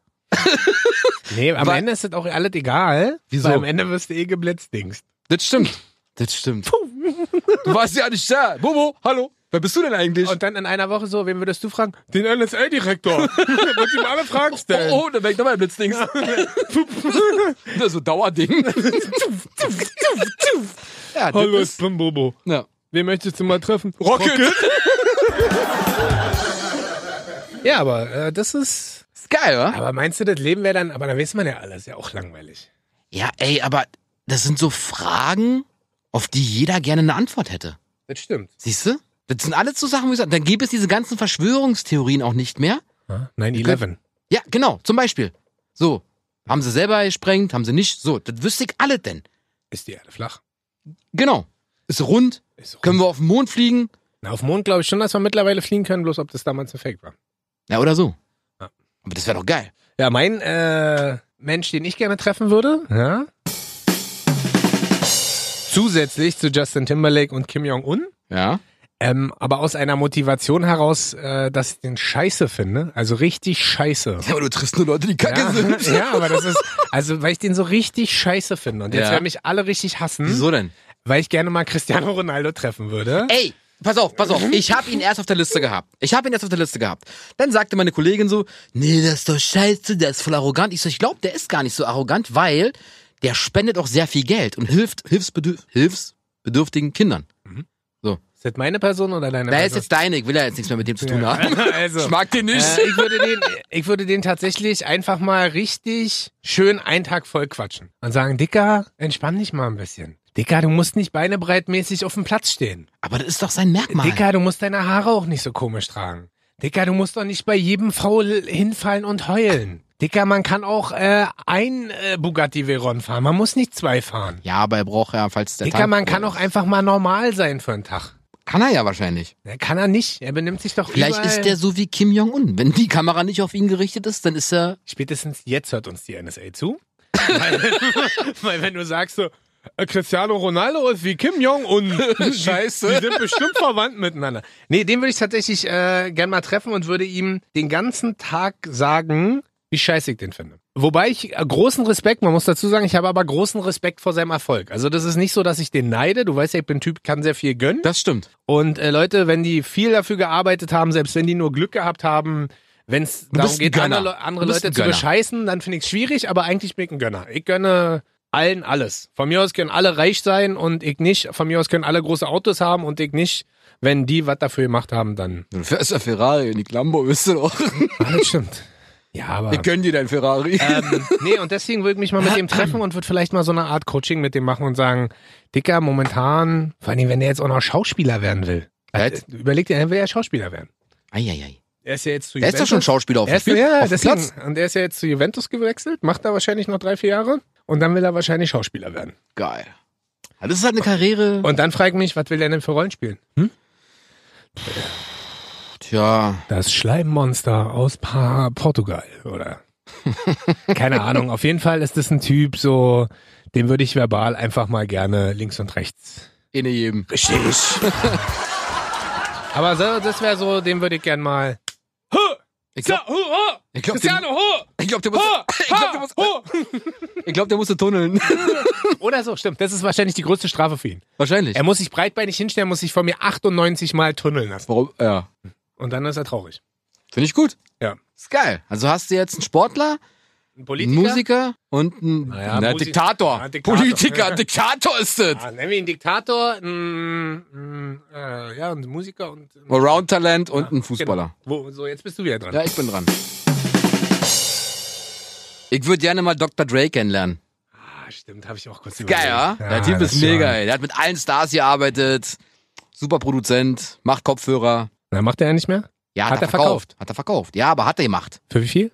[SPEAKER 2] Nee, am
[SPEAKER 1] Aber-
[SPEAKER 2] Ende ist das auch alles egal.
[SPEAKER 1] Wieso?
[SPEAKER 2] Weil am Ende wirst du eh geblitzt, Dings.
[SPEAKER 1] Das stimmt. Das stimmt. Du warst ja nicht da. Bobo, hallo. Wer bist du denn eigentlich?
[SPEAKER 2] Und dann in einer Woche so, wen würdest du fragen? Den NSA-Direktor. Wird ihm alle Fragen stellen.
[SPEAKER 1] Oh, oh, da wäre ich nochmal im Blitzdings. das ist so Dauerding. ja, das
[SPEAKER 2] Hallo, ich
[SPEAKER 1] ist,
[SPEAKER 2] bin Bobo.
[SPEAKER 1] ja.
[SPEAKER 2] Wen möchtest du mal treffen? Rocket! ja, aber äh, das ist.
[SPEAKER 1] ist geil, wa?
[SPEAKER 2] Aber meinst du, das Leben wäre dann. Aber dann weiß man ja alles. Ja, auch langweilig.
[SPEAKER 1] Ja, ey, aber das sind so Fragen, auf die jeder gerne eine Antwort hätte.
[SPEAKER 2] Das stimmt.
[SPEAKER 1] Siehst du? Das sind alles so Sachen, wo ich sage, dann gäbe es diese ganzen Verschwörungstheorien auch nicht mehr.
[SPEAKER 2] Ja, 9-11.
[SPEAKER 1] Ja, genau, zum Beispiel. So, haben sie selber gesprengt, haben sie nicht. So, das wüsste ich alle denn.
[SPEAKER 2] Ist die Erde flach?
[SPEAKER 1] Genau. Ist rund,
[SPEAKER 2] Ist so.
[SPEAKER 1] können wir auf den Mond fliegen.
[SPEAKER 2] Na, auf dem Mond glaube ich schon, dass wir mittlerweile fliegen können, bloß ob das damals ein Fake war.
[SPEAKER 1] Ja, oder so.
[SPEAKER 2] Ja.
[SPEAKER 1] Aber das wäre doch geil.
[SPEAKER 2] Ja, mein äh, Mensch, den ich gerne treffen würde, ja? zusätzlich zu Justin Timberlake und Kim Jong-un,
[SPEAKER 1] Ja.
[SPEAKER 2] ähm, aber aus einer Motivation heraus, äh, dass ich den scheiße finde, also richtig scheiße.
[SPEAKER 1] Aber du triffst nur Leute, die kacke
[SPEAKER 2] Ja,
[SPEAKER 1] sind.
[SPEAKER 2] ja, aber das ist, also weil ich den so richtig scheiße finde und jetzt
[SPEAKER 1] Ja.
[SPEAKER 2] werden mich alle richtig hassen,
[SPEAKER 1] Wieso denn?
[SPEAKER 2] weil ich gerne mal Cristiano Ronaldo treffen würde.
[SPEAKER 1] Ey, pass auf, pass auf. Ich habe ihn erst auf der Liste gehabt. Ich habe ihn erst auf der Liste gehabt. Dann sagte meine Kollegin so, nee, das ist doch scheiße, der ist voll arrogant. Ich so, ich glaube, der ist gar nicht so arrogant, weil der spendet auch sehr viel Geld und hilft hilfsbedürf hilfsbedürftigen Kindern.
[SPEAKER 2] Ist das meine Person oder deine
[SPEAKER 1] Da ist
[SPEAKER 2] Person?
[SPEAKER 1] jetzt deine, ich will ja jetzt nichts mehr mit dem zu tun haben.
[SPEAKER 2] also,
[SPEAKER 1] Ich mag den nicht.
[SPEAKER 2] Äh, ich, würde den, ich würde den tatsächlich einfach mal richtig schön einen Tag voll quatschen und sagen, Dicker, entspann dich mal ein bisschen. Dicker, du musst nicht beinebreitmäßig auf dem Platz stehen.
[SPEAKER 1] Aber das ist doch sein Merkmal.
[SPEAKER 2] Dicker, du musst deine Haare auch nicht so komisch tragen. Dicker, du musst doch nicht bei jedem Foul hinfallen und heulen. Dicker, man kann auch äh, ein äh, Bugatti Veyron fahren, man muss nicht zwei fahren.
[SPEAKER 1] Ja, aber er braucht ja, falls der
[SPEAKER 2] Dicker,
[SPEAKER 1] Tank
[SPEAKER 2] man kann
[SPEAKER 1] voll
[SPEAKER 2] auch einfach mal normal sein für einen Tag.
[SPEAKER 1] ist. Kann er ja wahrscheinlich.
[SPEAKER 2] Ja, Kann er nicht, er benimmt sich doch
[SPEAKER 1] Vielleicht
[SPEAKER 2] überall.
[SPEAKER 1] ist der so wie Kim Jong-un. Wenn die Kamera nicht auf ihn gerichtet ist, dann ist er.
[SPEAKER 2] Spätestens jetzt hört uns die NSA zu. weil, weil wenn du sagst so, äh, Cristiano Ronaldo ist wie Kim Jong-un. Scheiße. Die, die sind bestimmt verwandt miteinander. Nee, den würde ich tatsächlich äh, gern mal treffen und würde ihm den ganzen Tag sagen, wie scheiße ich den finde. Wobei ich äh, großen Respekt, man muss dazu sagen, ich habe aber großen Respekt vor seinem Erfolg. Also das ist nicht so, dass ich den neide. Du weißt ja, ich bin ein Typ, kann sehr viel gönnen.
[SPEAKER 1] Das stimmt.
[SPEAKER 2] Und äh, Leute, wenn die viel dafür gearbeitet haben, selbst wenn die nur Glück gehabt haben, wenn es darum
[SPEAKER 1] bist ein
[SPEAKER 2] geht,
[SPEAKER 1] Gönner.
[SPEAKER 2] andere, Leu- andere
[SPEAKER 1] Du bist
[SPEAKER 2] Leute
[SPEAKER 1] ein
[SPEAKER 2] zu
[SPEAKER 1] Gönner.
[SPEAKER 2] bescheißen, dann finde ich es schwierig, aber eigentlich bin ich ein Gönner. Ich gönne allen alles. Von mir aus können alle reich sein und ich nicht. Von mir aus können alle große Autos haben und ich nicht. Wenn die was dafür gemacht haben, dann.
[SPEAKER 1] Du fährst ja Ferrari, die Lambo bist du doch.
[SPEAKER 2] Ah, das stimmt. Ja, aber.
[SPEAKER 1] Wir gönnen dir dein Ferrari.
[SPEAKER 2] Ähm, nee, und deswegen würde ich mich mal mit dem treffen und würde vielleicht mal so eine Art Coaching mit dem machen und sagen, Dicker, momentan, vor allem, wenn der jetzt auch noch Schauspieler werden will. Also,
[SPEAKER 1] Was?
[SPEAKER 2] Überleg dir, er will ja Schauspieler werden.
[SPEAKER 1] Eieiei.
[SPEAKER 2] Er ist ja jetzt zu
[SPEAKER 1] Der ist doch schon Schauspieler auf
[SPEAKER 2] er
[SPEAKER 1] dem
[SPEAKER 2] ist,
[SPEAKER 1] Spiel.
[SPEAKER 2] ja,
[SPEAKER 1] auf dem
[SPEAKER 2] deswegen.
[SPEAKER 1] Platz.
[SPEAKER 2] Und er ist ja jetzt zu Juventus gewechselt, macht da wahrscheinlich noch drei, vier Jahre. Und dann will er wahrscheinlich Schauspieler werden.
[SPEAKER 1] Geil. Ja, Das ist halt eine Karriere.
[SPEAKER 2] Und dann frage ich mich, was will er denn für Rollen spielen?
[SPEAKER 1] Tja.
[SPEAKER 2] Das Schleimmonster aus pa Portugal, oder? Keine Ahnung. Auf jeden Fall ist das ein Typ, so, den würde ich verbal einfach mal gerne links und rechts.
[SPEAKER 1] In jedem.
[SPEAKER 2] Richtig. Aber so, das wäre so, den würde ich gern mal.
[SPEAKER 1] Ich glaube,
[SPEAKER 2] ho, ho,
[SPEAKER 1] ich glaub, der,
[SPEAKER 2] ho,
[SPEAKER 1] ich glaub, der, muss- ich glaub, der, muss-
[SPEAKER 2] ho.
[SPEAKER 1] ich glaub, der musste tunneln.
[SPEAKER 2] Oder so, stimmt. Das ist wahrscheinlich die größte Strafe für ihn.
[SPEAKER 1] Wahrscheinlich.
[SPEAKER 2] Er muss sich breitbeinig hinstellen, muss sich von mir 98 Mal tunneln lassen.
[SPEAKER 1] Warum? Ja.
[SPEAKER 2] Und dann ist er traurig.
[SPEAKER 1] Finde ich gut.
[SPEAKER 2] Ja.
[SPEAKER 1] Ist geil. Also hast du jetzt einen Sportler,
[SPEAKER 2] Ein
[SPEAKER 1] einen Musiker und einen
[SPEAKER 2] Naja,
[SPEAKER 1] na,
[SPEAKER 2] Musi-
[SPEAKER 1] Diktator.
[SPEAKER 2] Ja, Diktator.
[SPEAKER 1] Politiker, Diktator ist das.
[SPEAKER 2] Ah, nennen wir ihn Diktator, ein, ein, äh, ja, ein Musiker und ein
[SPEAKER 1] Allround-Talent und ein Fußballer.
[SPEAKER 2] Genau. Wo, so, jetzt bist du wieder dran.
[SPEAKER 1] Ja, ich bin dran. Ich würde gerne mal Dr. Dre kennenlernen.
[SPEAKER 2] Ah, stimmt, habe ich auch kurz
[SPEAKER 1] Geil, ja? Der Typ
[SPEAKER 2] das
[SPEAKER 1] ist
[SPEAKER 2] schon.
[SPEAKER 1] mega, ey. Der hat mit allen Stars gearbeitet. Super Produzent, macht Kopfhörer.
[SPEAKER 2] Na, macht er ja nicht mehr?
[SPEAKER 1] Ja, hat,
[SPEAKER 2] Hat
[SPEAKER 1] er
[SPEAKER 2] er
[SPEAKER 1] verkauft. Hat er verkauft. Ja, aber hat er gemacht.
[SPEAKER 2] Für wie viel?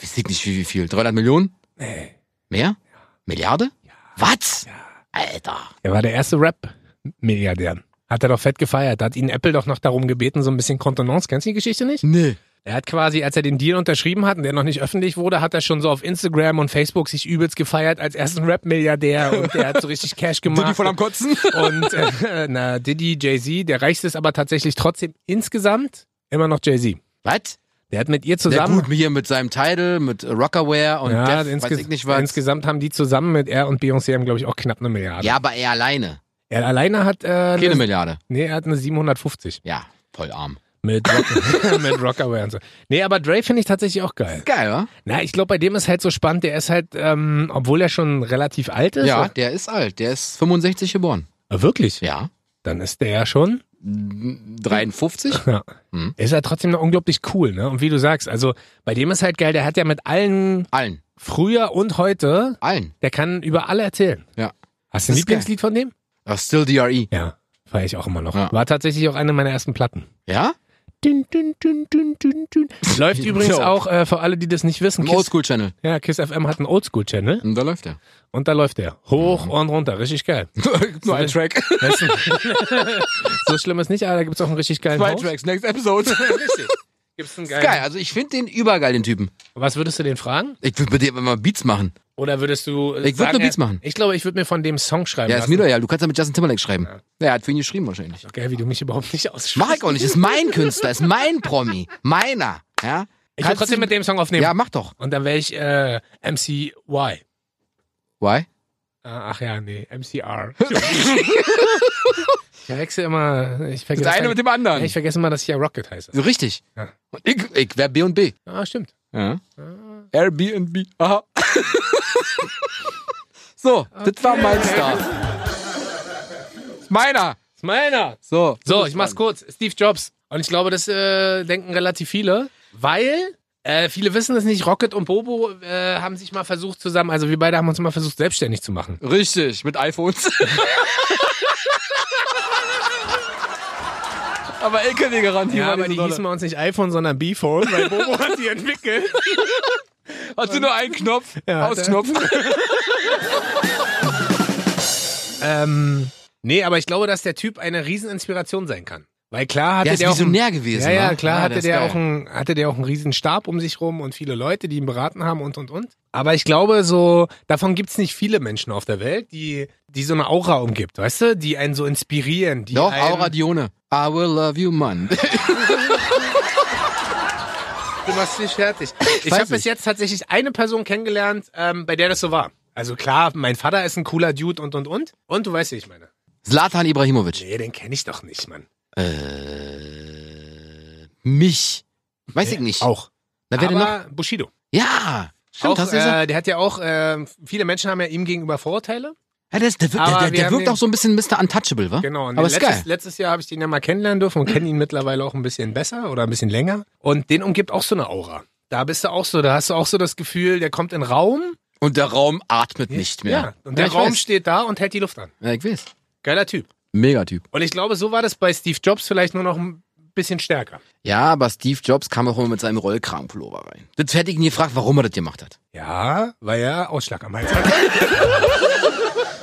[SPEAKER 1] Weiß ich nicht, wie, wie viel. 300 Millionen?
[SPEAKER 2] Nee.
[SPEAKER 1] Mehr? Milliarde? Was? Alter.
[SPEAKER 2] Er war der erste Rap-Milliardär. Hat er doch fett gefeiert. Da hat ihn Apple doch noch darum gebeten, so ein bisschen Kontenance. Kennst du die Geschichte nicht?
[SPEAKER 1] Nee.
[SPEAKER 2] Er hat quasi, als er den Deal unterschrieben hat und der noch nicht öffentlich wurde, hat er schon so auf Instagram und Facebook sich übelst gefeiert als ersten Rap-Milliardär und der hat so richtig Cash gemacht.
[SPEAKER 1] Kotzen?
[SPEAKER 2] und äh, na, Diddy, Jay-Z, der reichste ist aber tatsächlich trotzdem insgesamt immer noch Jay-Z.
[SPEAKER 1] Was?
[SPEAKER 2] Der hat mit ihr
[SPEAKER 1] Der
[SPEAKER 2] zusammen.
[SPEAKER 1] gut hier mit seinem Title, mit Rockaware und
[SPEAKER 2] ja,
[SPEAKER 1] Def,
[SPEAKER 2] insge
[SPEAKER 1] weiß ich nicht was.
[SPEAKER 2] insgesamt haben die zusammen mit er und Beyoncé haben, glaube ich, auch knapp eine Milliarde.
[SPEAKER 1] Ja, aber er alleine.
[SPEAKER 2] Er alleine hat, äh,
[SPEAKER 1] Keine
[SPEAKER 2] eine,
[SPEAKER 1] Milliarde.
[SPEAKER 2] nee, er hat eine 750
[SPEAKER 1] Ja, voll arm.
[SPEAKER 2] mit, Rock mit Rockaway und so. Nee, aber Dre finde ich tatsächlich auch geil.
[SPEAKER 1] Geil, oder?
[SPEAKER 2] Na, ich glaube, bei dem ist halt so spannend, der ist halt, ähm, obwohl er schon relativ alt ist.
[SPEAKER 1] Ja, der ist alt. Der ist 65 geboren.
[SPEAKER 2] Ah, wirklich?
[SPEAKER 1] Ja.
[SPEAKER 2] Dann ist der ja schon.
[SPEAKER 1] 53?
[SPEAKER 2] Ja.
[SPEAKER 1] Hm.
[SPEAKER 2] Ist ja trotzdem noch unglaublich cool, ne? Und wie du sagst, also bei dem ist halt geil, der hat ja mit allen
[SPEAKER 1] Allen.
[SPEAKER 2] früher und heute,
[SPEAKER 1] Allen.
[SPEAKER 2] der kann über alle erzählen.
[SPEAKER 1] Ja.
[SPEAKER 2] Hast du ein
[SPEAKER 1] Das ist geil.
[SPEAKER 2] Lieblingslied von dem?
[SPEAKER 1] Ah, Still DRE.
[SPEAKER 2] Ja, feiere ich auch immer noch.
[SPEAKER 1] Ja.
[SPEAKER 2] War tatsächlich auch eine meiner ersten Platten.
[SPEAKER 1] Ja?
[SPEAKER 2] Dün, dün, dün, dün, dün, dün. Läuft übrigens
[SPEAKER 1] So.
[SPEAKER 2] auch, äh, für alle, die das nicht wissen,
[SPEAKER 1] Im
[SPEAKER 2] Kiss,
[SPEAKER 1] Oldschool-Channel.
[SPEAKER 2] ja, Kiss FM hat einen Oldschool-Channel
[SPEAKER 1] Und da läuft er.
[SPEAKER 2] und da läuft der. Hoch
[SPEAKER 1] Mhm.
[SPEAKER 2] und runter, richtig geil.
[SPEAKER 1] Gibt nur einen Track.
[SPEAKER 2] Weißt du? so schlimm ist nicht, aber da gibt es auch einen richtig geilen
[SPEAKER 1] Zwei
[SPEAKER 2] Host.
[SPEAKER 1] Tracks, next episode.
[SPEAKER 2] Richtig. Gibt's einen geilen.
[SPEAKER 1] Geil, also ich finde den übergeil, den Typen.
[SPEAKER 2] Was würdest du den fragen?
[SPEAKER 1] Ich würde mit dir mal Beats machen.
[SPEAKER 2] Oder würdest du. äh,
[SPEAKER 1] Ich würd
[SPEAKER 2] sagen,
[SPEAKER 1] nur Beats
[SPEAKER 2] äh,
[SPEAKER 1] machen.
[SPEAKER 2] Ich glaube, ich würde mir von dem Song schreiben.
[SPEAKER 1] Ja, ist
[SPEAKER 2] lassen.
[SPEAKER 1] mir doch ja. Du kannst ja mit Justin Timberlake schreiben. Ja, er hat für ihn geschrieben wahrscheinlich.
[SPEAKER 2] Geil, wie du mich überhaupt nicht aussprichst.
[SPEAKER 1] Mach ich auch nicht. Ist mein Künstler, ist mein Promi. Meiner. Ja?
[SPEAKER 2] Ich würde
[SPEAKER 1] Kannst
[SPEAKER 2] trotzdem
[SPEAKER 1] du-
[SPEAKER 2] mit dem Song aufnehmen.
[SPEAKER 1] Ja, mach doch.
[SPEAKER 2] Und dann wäre ich äh, MCY.
[SPEAKER 1] Why?
[SPEAKER 2] Ah, Ach ja, nee, MCR. ich wechsle immer. Ich vergesse,
[SPEAKER 1] dem anderen.
[SPEAKER 2] ich vergesse immer, dass ich ja Rocket heiße.
[SPEAKER 1] So richtig.
[SPEAKER 2] Ja.
[SPEAKER 1] Und ich, ich wäre B und B.
[SPEAKER 2] Ah, stimmt.
[SPEAKER 1] Ja.
[SPEAKER 2] Ah.
[SPEAKER 1] Airbnb. Aha. so, das war mein Star. Ist meiner.
[SPEAKER 2] Ist meiner.
[SPEAKER 1] So.
[SPEAKER 2] So, ich mach's kurz. Steve Jobs. Und ich glaube, das äh, denken relativ viele, weil äh, viele wissen es nicht. Rocket und Bobo äh, haben sich mal versucht zusammen, also wir beide haben uns mal versucht, selbstständig zu machen.
[SPEAKER 1] Richtig, mit iPhones. aber LKW-Garantie
[SPEAKER 2] Ja,
[SPEAKER 1] war
[SPEAKER 2] aber
[SPEAKER 1] nicht
[SPEAKER 2] die
[SPEAKER 1] so dolle.
[SPEAKER 2] hießen bei uns nicht iPhone, sondern B-Phone, weil Bobo hat die entwickelt.
[SPEAKER 1] Hast du nur einen Knopf?
[SPEAKER 2] Ja,
[SPEAKER 1] Ausknopf.
[SPEAKER 2] Ähm, nee, aber ich glaube, dass der Typ eine Rieseninspiration sein kann. Weil klar hatte
[SPEAKER 1] Der ist
[SPEAKER 2] der auch einen-
[SPEAKER 1] visionär gewesen.
[SPEAKER 2] Ja, ja,
[SPEAKER 1] wa?
[SPEAKER 2] klar hatte
[SPEAKER 1] ist
[SPEAKER 2] der,
[SPEAKER 1] geil.
[SPEAKER 2] auch einen, hatte der auch einen riesen Stab um sich rum und viele Leute, die ihn beraten haben und, und, und. Aber ich glaube, so, davon gibt's nicht viele Menschen auf der Welt, die, die so eine Aura umgibt, weißt du? Die einen so inspirieren. Die
[SPEAKER 1] Doch,
[SPEAKER 2] einen,
[SPEAKER 1] Aura Dione. I will love you, Mann.
[SPEAKER 2] Du machst dich fertig. Ich
[SPEAKER 1] weiß
[SPEAKER 2] habe bis
[SPEAKER 1] nicht.
[SPEAKER 2] jetzt tatsächlich eine Person kennengelernt, ähm, bei der das so war. Also klar, mein Vater ist ein cooler Dude und, und, und. Und du weißt, wie ich meine.
[SPEAKER 1] Zlatan Ibrahimovic.
[SPEAKER 2] Nee, den kenne ich doch nicht, Mann.
[SPEAKER 1] Äh, mich.
[SPEAKER 2] Äh,
[SPEAKER 1] Weiß ich nicht.
[SPEAKER 2] Auch.
[SPEAKER 1] Na, wer denn noch?
[SPEAKER 2] Aber Bushido.
[SPEAKER 1] Ja. Stimmt,
[SPEAKER 2] auch,
[SPEAKER 1] hast du gesagt?
[SPEAKER 2] äh, der hat ja auch, äh, viele Menschen haben ja ihm gegenüber Vorurteile.
[SPEAKER 1] Ja, der, ist- der, wirkt-
[SPEAKER 2] aber
[SPEAKER 1] der, der,
[SPEAKER 2] wir
[SPEAKER 1] der
[SPEAKER 2] haben
[SPEAKER 1] wirkt
[SPEAKER 2] den-
[SPEAKER 1] auch so ein bisschen Mr. Untouchable, wa?
[SPEAKER 2] Genau, und
[SPEAKER 1] Aber ist
[SPEAKER 2] letztes,
[SPEAKER 1] geil.
[SPEAKER 2] letztes Jahr habe ich den ja mal kennenlernen dürfen und kenne ihn mittlerweile auch ein bisschen besser oder ein bisschen länger. Und den umgibt auch so eine Aura. Da bist du auch so, da hast du auch so das Gefühl, der kommt in den Raum.
[SPEAKER 1] Und der Raum atmet nicht mehr.
[SPEAKER 2] und der
[SPEAKER 1] ich
[SPEAKER 2] Raum
[SPEAKER 1] weiß.
[SPEAKER 2] steht da und hält die Luft an.
[SPEAKER 1] Ja, ich weiß.
[SPEAKER 2] Geiler Typ.
[SPEAKER 1] Megatyp.
[SPEAKER 2] Und ich glaube, so war das bei Steve Jobs vielleicht nur noch ein bisschen stärker.
[SPEAKER 1] Ja, aber Steve Jobs kam auch immer mit seinem Rollkragenpullover rein. Das hätte ich ihn gefragt, warum er das gemacht hat.
[SPEAKER 2] Ja, weil er Ausschlag am Hals hat.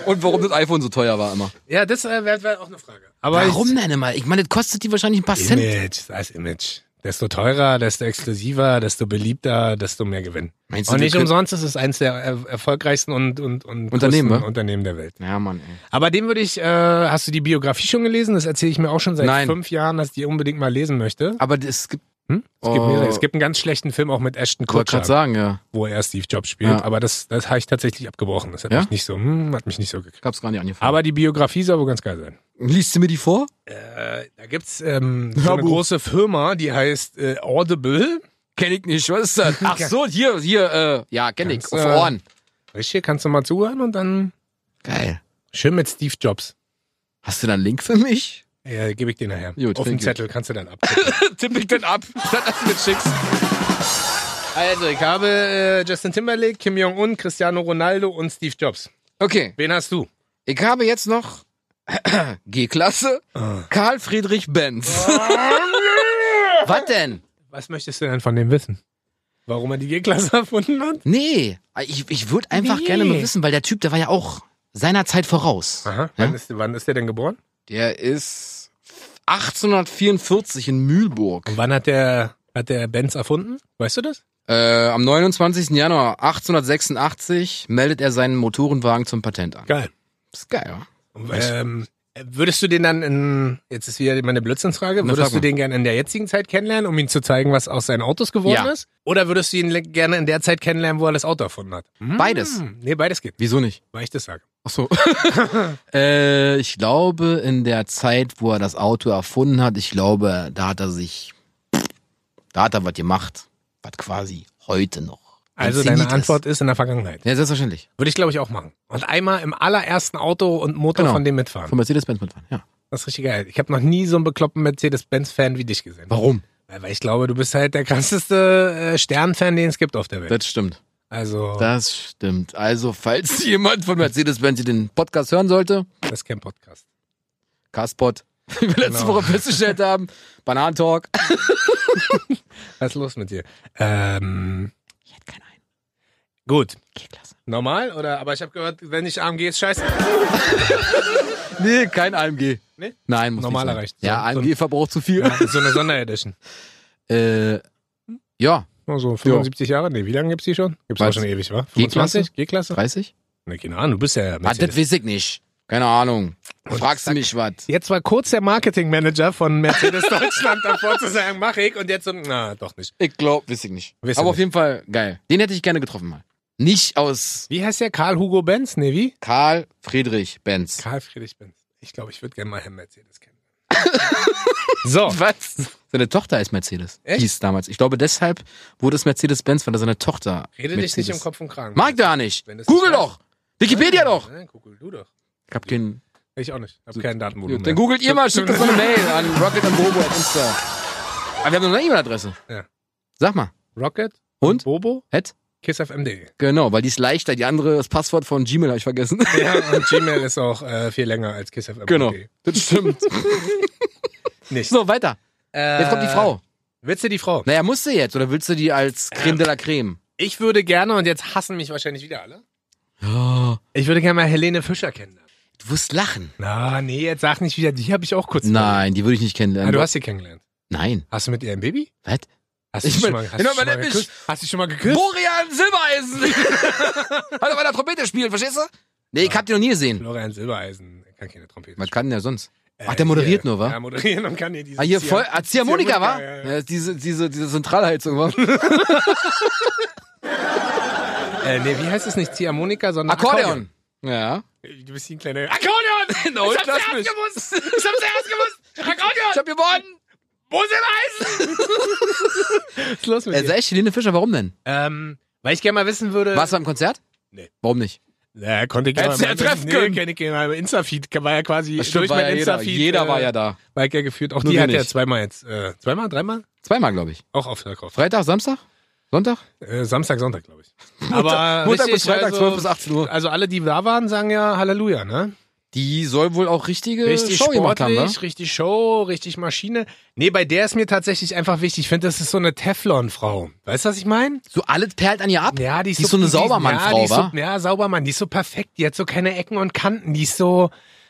[SPEAKER 1] Und warum das iPhone so teuer war immer.
[SPEAKER 2] ja, das äh, wäre wär auch eine Frage. Aber
[SPEAKER 1] Warum denn immer? Ich meine, das kostet die wahrscheinlich ein paar
[SPEAKER 2] Ich,
[SPEAKER 1] Cent.
[SPEAKER 2] Image, das Image. Desto teurer, desto exklusiver, desto beliebter, desto mehr Gewinn.
[SPEAKER 1] Meinst du,
[SPEAKER 2] Und
[SPEAKER 1] wir
[SPEAKER 2] nicht
[SPEAKER 1] können-
[SPEAKER 2] umsonst ist es eines der er erfolgreichsten und, und, und
[SPEAKER 1] Unternehmen, ne?
[SPEAKER 2] größten
[SPEAKER 1] wa?
[SPEAKER 2] Unternehmen der Welt.
[SPEAKER 1] Ja, Mann, ey.
[SPEAKER 2] Aber dem würde ich, äh, hast du die Biografie schon gelesen? Das erzähle ich mir auch schon seit
[SPEAKER 1] Nein.
[SPEAKER 2] fünf Jahren, dass ich die unbedingt mal lesen möchte.
[SPEAKER 1] Aber es gibt,
[SPEAKER 2] Hm? Es, gibt
[SPEAKER 1] Oh.
[SPEAKER 2] mehrere. es gibt einen ganz schlechten Film auch mit Ashton
[SPEAKER 1] wollte
[SPEAKER 2] Kutcher,
[SPEAKER 1] gerade sagen, ja.
[SPEAKER 2] wo er Steve Jobs spielt.
[SPEAKER 1] Ja.
[SPEAKER 2] Aber das, das habe ich tatsächlich abgebrochen. Das hat
[SPEAKER 1] Ja?
[SPEAKER 2] mich nicht so, hm, hat mich nicht so gekriegt.
[SPEAKER 1] Gab's gar nicht angefangen.
[SPEAKER 2] Aber die Biografie soll wohl ganz geil sein.
[SPEAKER 1] Liest du mir die vor?
[SPEAKER 2] Äh, da gibt's ähm, so eine
[SPEAKER 1] Hörbuch.
[SPEAKER 2] große Firma, die heißt äh, Audible.
[SPEAKER 1] Kenn ich nicht, was ist das? Ach so, hier, hier, äh, ja, kenn ich.
[SPEAKER 2] Ganz,
[SPEAKER 1] Auf
[SPEAKER 2] äh,
[SPEAKER 1] Ohren.
[SPEAKER 2] Richtig, kannst du mal zuhören und dann
[SPEAKER 1] Geil.
[SPEAKER 2] schön mit Steve Jobs.
[SPEAKER 1] Hast du da einen Link für mich?
[SPEAKER 2] Äh, Gebe ich dir nachher.
[SPEAKER 1] Gut, thank
[SPEAKER 2] Auf dem
[SPEAKER 1] you.
[SPEAKER 2] Zettel kannst du dann ab.
[SPEAKER 1] Tipp ich den ab, dann hast du mir schickst.
[SPEAKER 2] also, ich habe äh, Justin Timberlake, Kim Jong-un, Cristiano Ronaldo und Steve Jobs.
[SPEAKER 1] Okay,
[SPEAKER 2] Wen hast du?
[SPEAKER 1] ich habe jetzt noch G-Klasse, Karl Friedrich Benz.
[SPEAKER 2] Oh,
[SPEAKER 1] was denn?
[SPEAKER 2] Was möchtest du denn von dem wissen? Warum er die G-Klasse erfunden hat?
[SPEAKER 1] Nee, ich, ich würde einfach
[SPEAKER 2] Nee.
[SPEAKER 1] gerne mal wissen, weil der Typ, der war ja auch seiner Zeit voraus.
[SPEAKER 2] Aha.
[SPEAKER 1] Ja?
[SPEAKER 2] Wann, ist, wann ist der denn geboren?
[SPEAKER 1] Der ist 1844 in Mühlburg.
[SPEAKER 2] Und wann hat der, hat der Benz erfunden? Weißt du das?
[SPEAKER 1] Äh, am 29. Januar 1886 meldet er seinen Motorenwagen zum Patent an.
[SPEAKER 2] Geil.
[SPEAKER 1] ist geil, oder?
[SPEAKER 2] Ähm, würdest du den dann in, jetzt ist wieder meine Blödsinnsfrage,
[SPEAKER 1] Na,
[SPEAKER 2] würdest
[SPEAKER 1] frag
[SPEAKER 2] du
[SPEAKER 1] mal.
[SPEAKER 2] den gerne in der jetzigen Zeit kennenlernen, um ihm zu zeigen, was aus seinen Autos geworden
[SPEAKER 1] Ja.
[SPEAKER 2] ist? Oder würdest du ihn le- gerne in der Zeit kennenlernen, wo er das Auto erfunden hat? Hm,
[SPEAKER 1] Beides.
[SPEAKER 2] Nee, beides geht,
[SPEAKER 1] Wieso nicht?
[SPEAKER 2] weil ich das sage.
[SPEAKER 1] Ach so. äh, ich glaube, in der Zeit, wo er das Auto erfunden hat, ich glaube, da hat er sich, da hat er was gemacht, was quasi heute noch.
[SPEAKER 2] Also
[SPEAKER 1] inszeniert
[SPEAKER 2] deine Antwort ist in der Vergangenheit.
[SPEAKER 1] Ist. Ja, selbstverständlich.
[SPEAKER 2] Würde ich, glaube ich, auch machen. Und einmal im allerersten Auto und Motor
[SPEAKER 1] Genau.
[SPEAKER 2] von dem mitfahren.
[SPEAKER 1] Von Mercedes-Benz mitfahren, ja.
[SPEAKER 2] Das ist richtig geil. Ich habe noch nie so einen bekloppten Mercedes-Benz-Fan wie dich gesehen.
[SPEAKER 1] Warum?
[SPEAKER 2] Weil weil ich glaube, du bist halt der krasseste äh, Stern-Fan, den es gibt auf der Welt.
[SPEAKER 1] Das stimmt.
[SPEAKER 2] Also,
[SPEAKER 1] Das stimmt. Also, falls jemand von Mercedes-Benz den Podcast hören sollte,
[SPEAKER 2] das ist kein Podcast.
[SPEAKER 1] Carspot, wie wir letzte
[SPEAKER 2] Genau.
[SPEAKER 1] Woche festgestellt haben, Bananentalk.
[SPEAKER 2] Was ist los mit dir? Ähm,
[SPEAKER 1] Ich hätte keinen ein.
[SPEAKER 2] gut.
[SPEAKER 1] G-Klasse.
[SPEAKER 2] Normal, oder? Aber ich habe gehört, wenn ich AMG ist, scheiße.
[SPEAKER 1] Nee, kein AMG.
[SPEAKER 2] Nee?
[SPEAKER 1] Nein, muss
[SPEAKER 2] Normaler
[SPEAKER 1] nicht sein.
[SPEAKER 2] reicht.
[SPEAKER 1] Ja,
[SPEAKER 2] So- so-
[SPEAKER 1] AMG verbraucht zu viel.
[SPEAKER 2] Ja, das ist so eine Sonderedition.
[SPEAKER 1] Äh, ja,
[SPEAKER 2] Oh, so 75 Jahre? Nee, wie lange gibt's die schon? Gibt's auch
[SPEAKER 1] Was?
[SPEAKER 2] schon ewig, wa?
[SPEAKER 1] G-Klasse?
[SPEAKER 2] 25? G-Klasse?
[SPEAKER 1] 30?
[SPEAKER 2] Ne, keine Ahnung, du bist ja
[SPEAKER 1] Ah, das
[SPEAKER 2] Mercedes.
[SPEAKER 1] weiß ich nicht. Keine Ahnung.
[SPEAKER 2] Und
[SPEAKER 1] Fragst du
[SPEAKER 2] zack.
[SPEAKER 1] mich was?
[SPEAKER 2] Jetzt war kurz der Marketingmanager von Mercedes Deutschland davor zu sagen, mach ich und jetzt so, na, doch nicht.
[SPEAKER 1] Ich glaube, weiß ich nicht.
[SPEAKER 2] Weiß ich
[SPEAKER 1] Aber auf
[SPEAKER 2] nicht.
[SPEAKER 1] jeden Fall geil. Den hätte ich gerne getroffen mal. Nicht aus
[SPEAKER 2] Wie heißt der? Karl Hugo Benz? Nee, wie?
[SPEAKER 1] Karl Friedrich Benz.
[SPEAKER 2] Karl Friedrich Benz. Ich glaube, ich würde gerne mal Herrn Mercedes kennen. so,
[SPEAKER 1] Was? Seine Tochter ist Mercedes.
[SPEAKER 2] Echt?
[SPEAKER 1] Hieß damals. Ich glaube, deshalb wurde es Mercedes-Benz, weil er seine Tochter.
[SPEAKER 2] rede
[SPEAKER 1] Mercedes.
[SPEAKER 2] dich nicht im Kopf und Kragen.
[SPEAKER 1] Mag da nicht.
[SPEAKER 2] Wenn das
[SPEAKER 1] Google
[SPEAKER 2] nicht
[SPEAKER 1] doch. Wikipedia doch.
[SPEAKER 2] Nein, Google, du doch.
[SPEAKER 1] Ich hab keinen.
[SPEAKER 2] Ich auch nicht. Hab keinen Datenvolumen.
[SPEAKER 1] Gut, dann googelt ihr mal, schickt uns mal eine Mail an Rocket und Bobo at Insta. Aber wir haben noch eine E-Mail-Adresse.
[SPEAKER 2] Ja.
[SPEAKER 1] Sag mal.
[SPEAKER 2] Rocket
[SPEAKER 1] Und?
[SPEAKER 2] Bobo
[SPEAKER 1] At?
[SPEAKER 2] kissfm.de.
[SPEAKER 1] Genau, weil die ist leichter. Die andere, das Passwort von Gmail habe ich vergessen.
[SPEAKER 2] Ja, und Gmail ist auch äh, viel länger als kissfm.de.
[SPEAKER 1] Genau. Das stimmt.
[SPEAKER 2] Nicht.
[SPEAKER 1] So, weiter.
[SPEAKER 2] Äh,
[SPEAKER 1] Jetzt kommt die Frau.
[SPEAKER 2] Willst du die Frau?
[SPEAKER 1] Naja, musst du jetzt oder willst du die als Creme de la Creme?
[SPEAKER 2] Ich würde gerne, und jetzt hassen mich wahrscheinlich wieder alle,
[SPEAKER 1] Ja.
[SPEAKER 2] ich würde gerne mal Helene Fischer kennenlernen.
[SPEAKER 1] Du wirst lachen.
[SPEAKER 2] Na, nee, jetzt sag nicht wieder, die habe ich auch kurz
[SPEAKER 1] Nein, die würde ich nicht
[SPEAKER 2] Ah,
[SPEAKER 1] kennenlernen.
[SPEAKER 2] du hast sie kennengelernt.
[SPEAKER 1] Nein.
[SPEAKER 2] Hast du mit ihr ein Baby?
[SPEAKER 1] Was?
[SPEAKER 2] Hast du
[SPEAKER 1] Ich
[SPEAKER 2] sie schon
[SPEAKER 1] mein-
[SPEAKER 2] mal, hast du
[SPEAKER 1] Ja,
[SPEAKER 2] schon mal
[SPEAKER 1] mein Eppich.
[SPEAKER 2] geküsst? Hast du schon mal geküsst?
[SPEAKER 1] Borian Silbereisen! Hat er bei der Trompete spielen, verstehst du? Nee, ich hab die noch nie gesehen.
[SPEAKER 2] Florian Silbereisen kann keine Trompete
[SPEAKER 1] Was
[SPEAKER 2] spielen.
[SPEAKER 1] kann denn der sonst?
[SPEAKER 2] Äh,
[SPEAKER 1] Ach, der moderiert
[SPEAKER 2] hier.
[SPEAKER 1] nur, wa?
[SPEAKER 2] Ja, moderieren und kann hier diese...
[SPEAKER 1] Ah, hier voll. Ah, Ziehharmonika, wa?
[SPEAKER 2] Ja, ja,
[SPEAKER 1] Ja, diese, diese, diese Zentralheizung, wa?
[SPEAKER 2] Äh, nee, wie heißt es nicht Ziehharmonika, sondern
[SPEAKER 1] Akkordeon. Ja.
[SPEAKER 2] Akkordeon. Du bist hier ein kleiner... Akkordeon!
[SPEAKER 1] No,
[SPEAKER 2] ich hab's
[SPEAKER 1] lass
[SPEAKER 2] erst
[SPEAKER 1] mich.
[SPEAKER 2] gewusst! Ich hab's erst gewusst! Akkordeon!
[SPEAKER 1] Ich hab gewonnen!
[SPEAKER 2] Wo Silbereisen? Was ist los mit
[SPEAKER 1] Äh,
[SPEAKER 2] dir?
[SPEAKER 1] sei ich Helene Fischer, warum denn?
[SPEAKER 2] Ähm, weil ich gerne mal wissen würde...
[SPEAKER 1] Warst du am Konzert?
[SPEAKER 2] Nee.
[SPEAKER 1] Warum nicht?
[SPEAKER 2] Ja, konnte ich
[SPEAKER 1] Hättest
[SPEAKER 2] mal-
[SPEAKER 1] du ja treffen
[SPEAKER 2] nee,
[SPEAKER 1] können.
[SPEAKER 2] Kenne ich in meinem Insta-Feed, war ja quasi
[SPEAKER 1] Das stimmt,
[SPEAKER 2] durch
[SPEAKER 1] war ja
[SPEAKER 2] mein
[SPEAKER 1] jeder.
[SPEAKER 2] Insta-Feed.
[SPEAKER 1] Jeder war
[SPEAKER 2] äh,
[SPEAKER 1] ja da.
[SPEAKER 2] War ich ja geführt. Auch
[SPEAKER 1] Nur
[SPEAKER 2] die
[SPEAKER 1] wir
[SPEAKER 2] hat ja
[SPEAKER 1] nicht.
[SPEAKER 2] zweimal jetzt, äh, zweimal, dreimal?
[SPEAKER 1] Zweimal, glaube ich.
[SPEAKER 2] Auch ausverkauft.
[SPEAKER 1] Freitag, Samstag? Sonntag?
[SPEAKER 2] Äh, Samstag, Sonntag, glaube ich. Aber
[SPEAKER 1] Montag bis
[SPEAKER 2] richtig,
[SPEAKER 1] Freitag,
[SPEAKER 2] also,
[SPEAKER 1] 12 bis 18 Uhr.
[SPEAKER 2] Also alle, die da waren, sagen ja Halleluja, ne?
[SPEAKER 1] Die soll wohl auch richtige
[SPEAKER 2] Richtig
[SPEAKER 1] Äh, Show gemacht haben, ne?
[SPEAKER 2] sportlich, richtig Show, richtig Maschine. Nee, bei der ist mir tatsächlich einfach wichtig. Ich finde, das ist so eine Teflon-Frau. Weißt du, was ich meine?
[SPEAKER 1] So alles perlt an ihr ab.
[SPEAKER 2] Ja, die ist,
[SPEAKER 1] Die ist so eine Saubermann-Frau,
[SPEAKER 2] ja, die ist so,
[SPEAKER 1] wa?
[SPEAKER 2] ja, Saubermann, die ist so perfekt, die hat so keine Ecken und Kanten, die ist so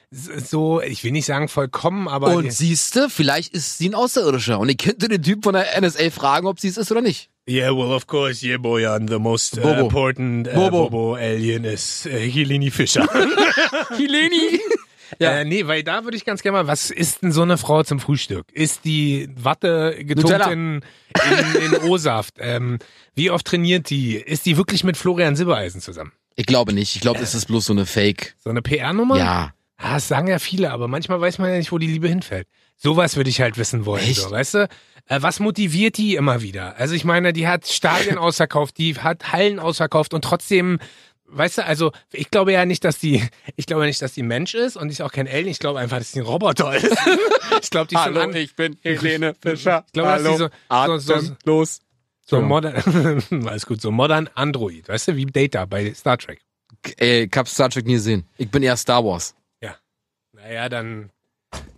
[SPEAKER 2] so, ich will nicht sagen vollkommen, aber
[SPEAKER 1] Und
[SPEAKER 2] die,
[SPEAKER 1] siehste, vielleicht ist sie ein Außerirdischer und ich könnte den Typ von der NSA fragen, ob sie es ist oder nicht.
[SPEAKER 2] Yeah, well, of course, yeah, Bojan, the most uh,
[SPEAKER 1] Bobo.
[SPEAKER 2] important uh,
[SPEAKER 1] Bobo.
[SPEAKER 2] alien is uh, Helene Fischer.
[SPEAKER 1] Heleni! Ja.
[SPEAKER 2] Äh, nee, weil da würde ich ganz gerne mal, was isst denn so eine Frau zum Frühstück? Ist die Watte getunkt
[SPEAKER 1] Nutella.
[SPEAKER 2] in, in, in O-Saft? Ähm, wie oft trainiert die? Ist die wirklich mit Florian Silbereisen zusammen?
[SPEAKER 1] Ich glaube nicht. Ich glaube, es ist bloß so eine Fake.
[SPEAKER 2] So eine PR-Nummer?
[SPEAKER 1] Ja.
[SPEAKER 2] Ah, das sagen ja viele, aber manchmal weiß man ja nicht, wo die Liebe hinfällt. Sowas würde ich halt wissen wollen,
[SPEAKER 1] Echt?
[SPEAKER 2] so, weißt du? Äh, was motiviert die immer wieder? Also ich meine, die hat Stadien ausverkauft, die hat Hallen ausverkauft und trotzdem, weißt du, also ich glaube ja nicht, dass die, ich glaube nicht, dass die Mensch ist und ich auch kein Alien, ich glaube einfach, dass die ein Roboter ist. ich glaube, die ist so ein
[SPEAKER 1] ich bin Helene Fischer.
[SPEAKER 2] Ich glaube, dass die so- so- so-
[SPEAKER 1] los.
[SPEAKER 2] so modern, alles gut, so modern Android, weißt du, wie Data bei Star Trek.
[SPEAKER 1] Ey, ich hab Star Trek nie gesehen. Ich bin eher Star Wars.
[SPEAKER 2] Naja, dann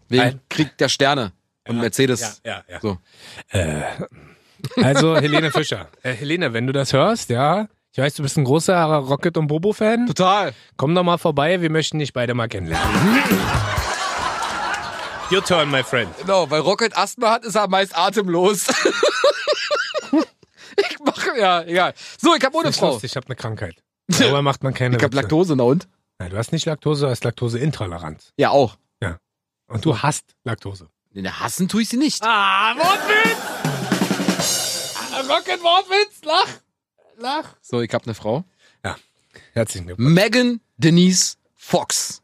[SPEAKER 1] Wegen
[SPEAKER 2] Ein-
[SPEAKER 1] Krieg der Sterne und Mercedes.
[SPEAKER 2] Ja, ja, ja.
[SPEAKER 1] So.
[SPEAKER 2] Äh, also Helene Fischer. Äh, Helene, wenn du das hörst, ja, ich weiß, du bist ein großer Rocket und Bobo-Fan.
[SPEAKER 1] Total.
[SPEAKER 2] Komm doch mal vorbei, wir möchten dich beide mal kennenlernen. Your turn, my friend.
[SPEAKER 1] Genau, weil Rocket Asthma hat, ist er meist atemlos. ich mache, ja, egal. So, ich hab ohne
[SPEAKER 2] Ich,
[SPEAKER 1] Frau.
[SPEAKER 2] lustig, ich habe eine Krankheit. Darüber macht man keine
[SPEAKER 1] Ich hab
[SPEAKER 2] Witze.
[SPEAKER 1] Laktose, na und?
[SPEAKER 2] Nein, du hast nicht Laktose, du hast Laktoseintoleranz.
[SPEAKER 1] Ja, auch.
[SPEAKER 2] Und du hast Laktose.
[SPEAKER 1] Nee, na, hassen tue ich sie nicht.
[SPEAKER 2] Ah, Wortwitz! Ah, Rocket Wortwitz, lach! Lach!
[SPEAKER 1] So, ich hab eine Frau.
[SPEAKER 2] Herzlichen Glückwunsch.
[SPEAKER 1] Megan Denise Fox.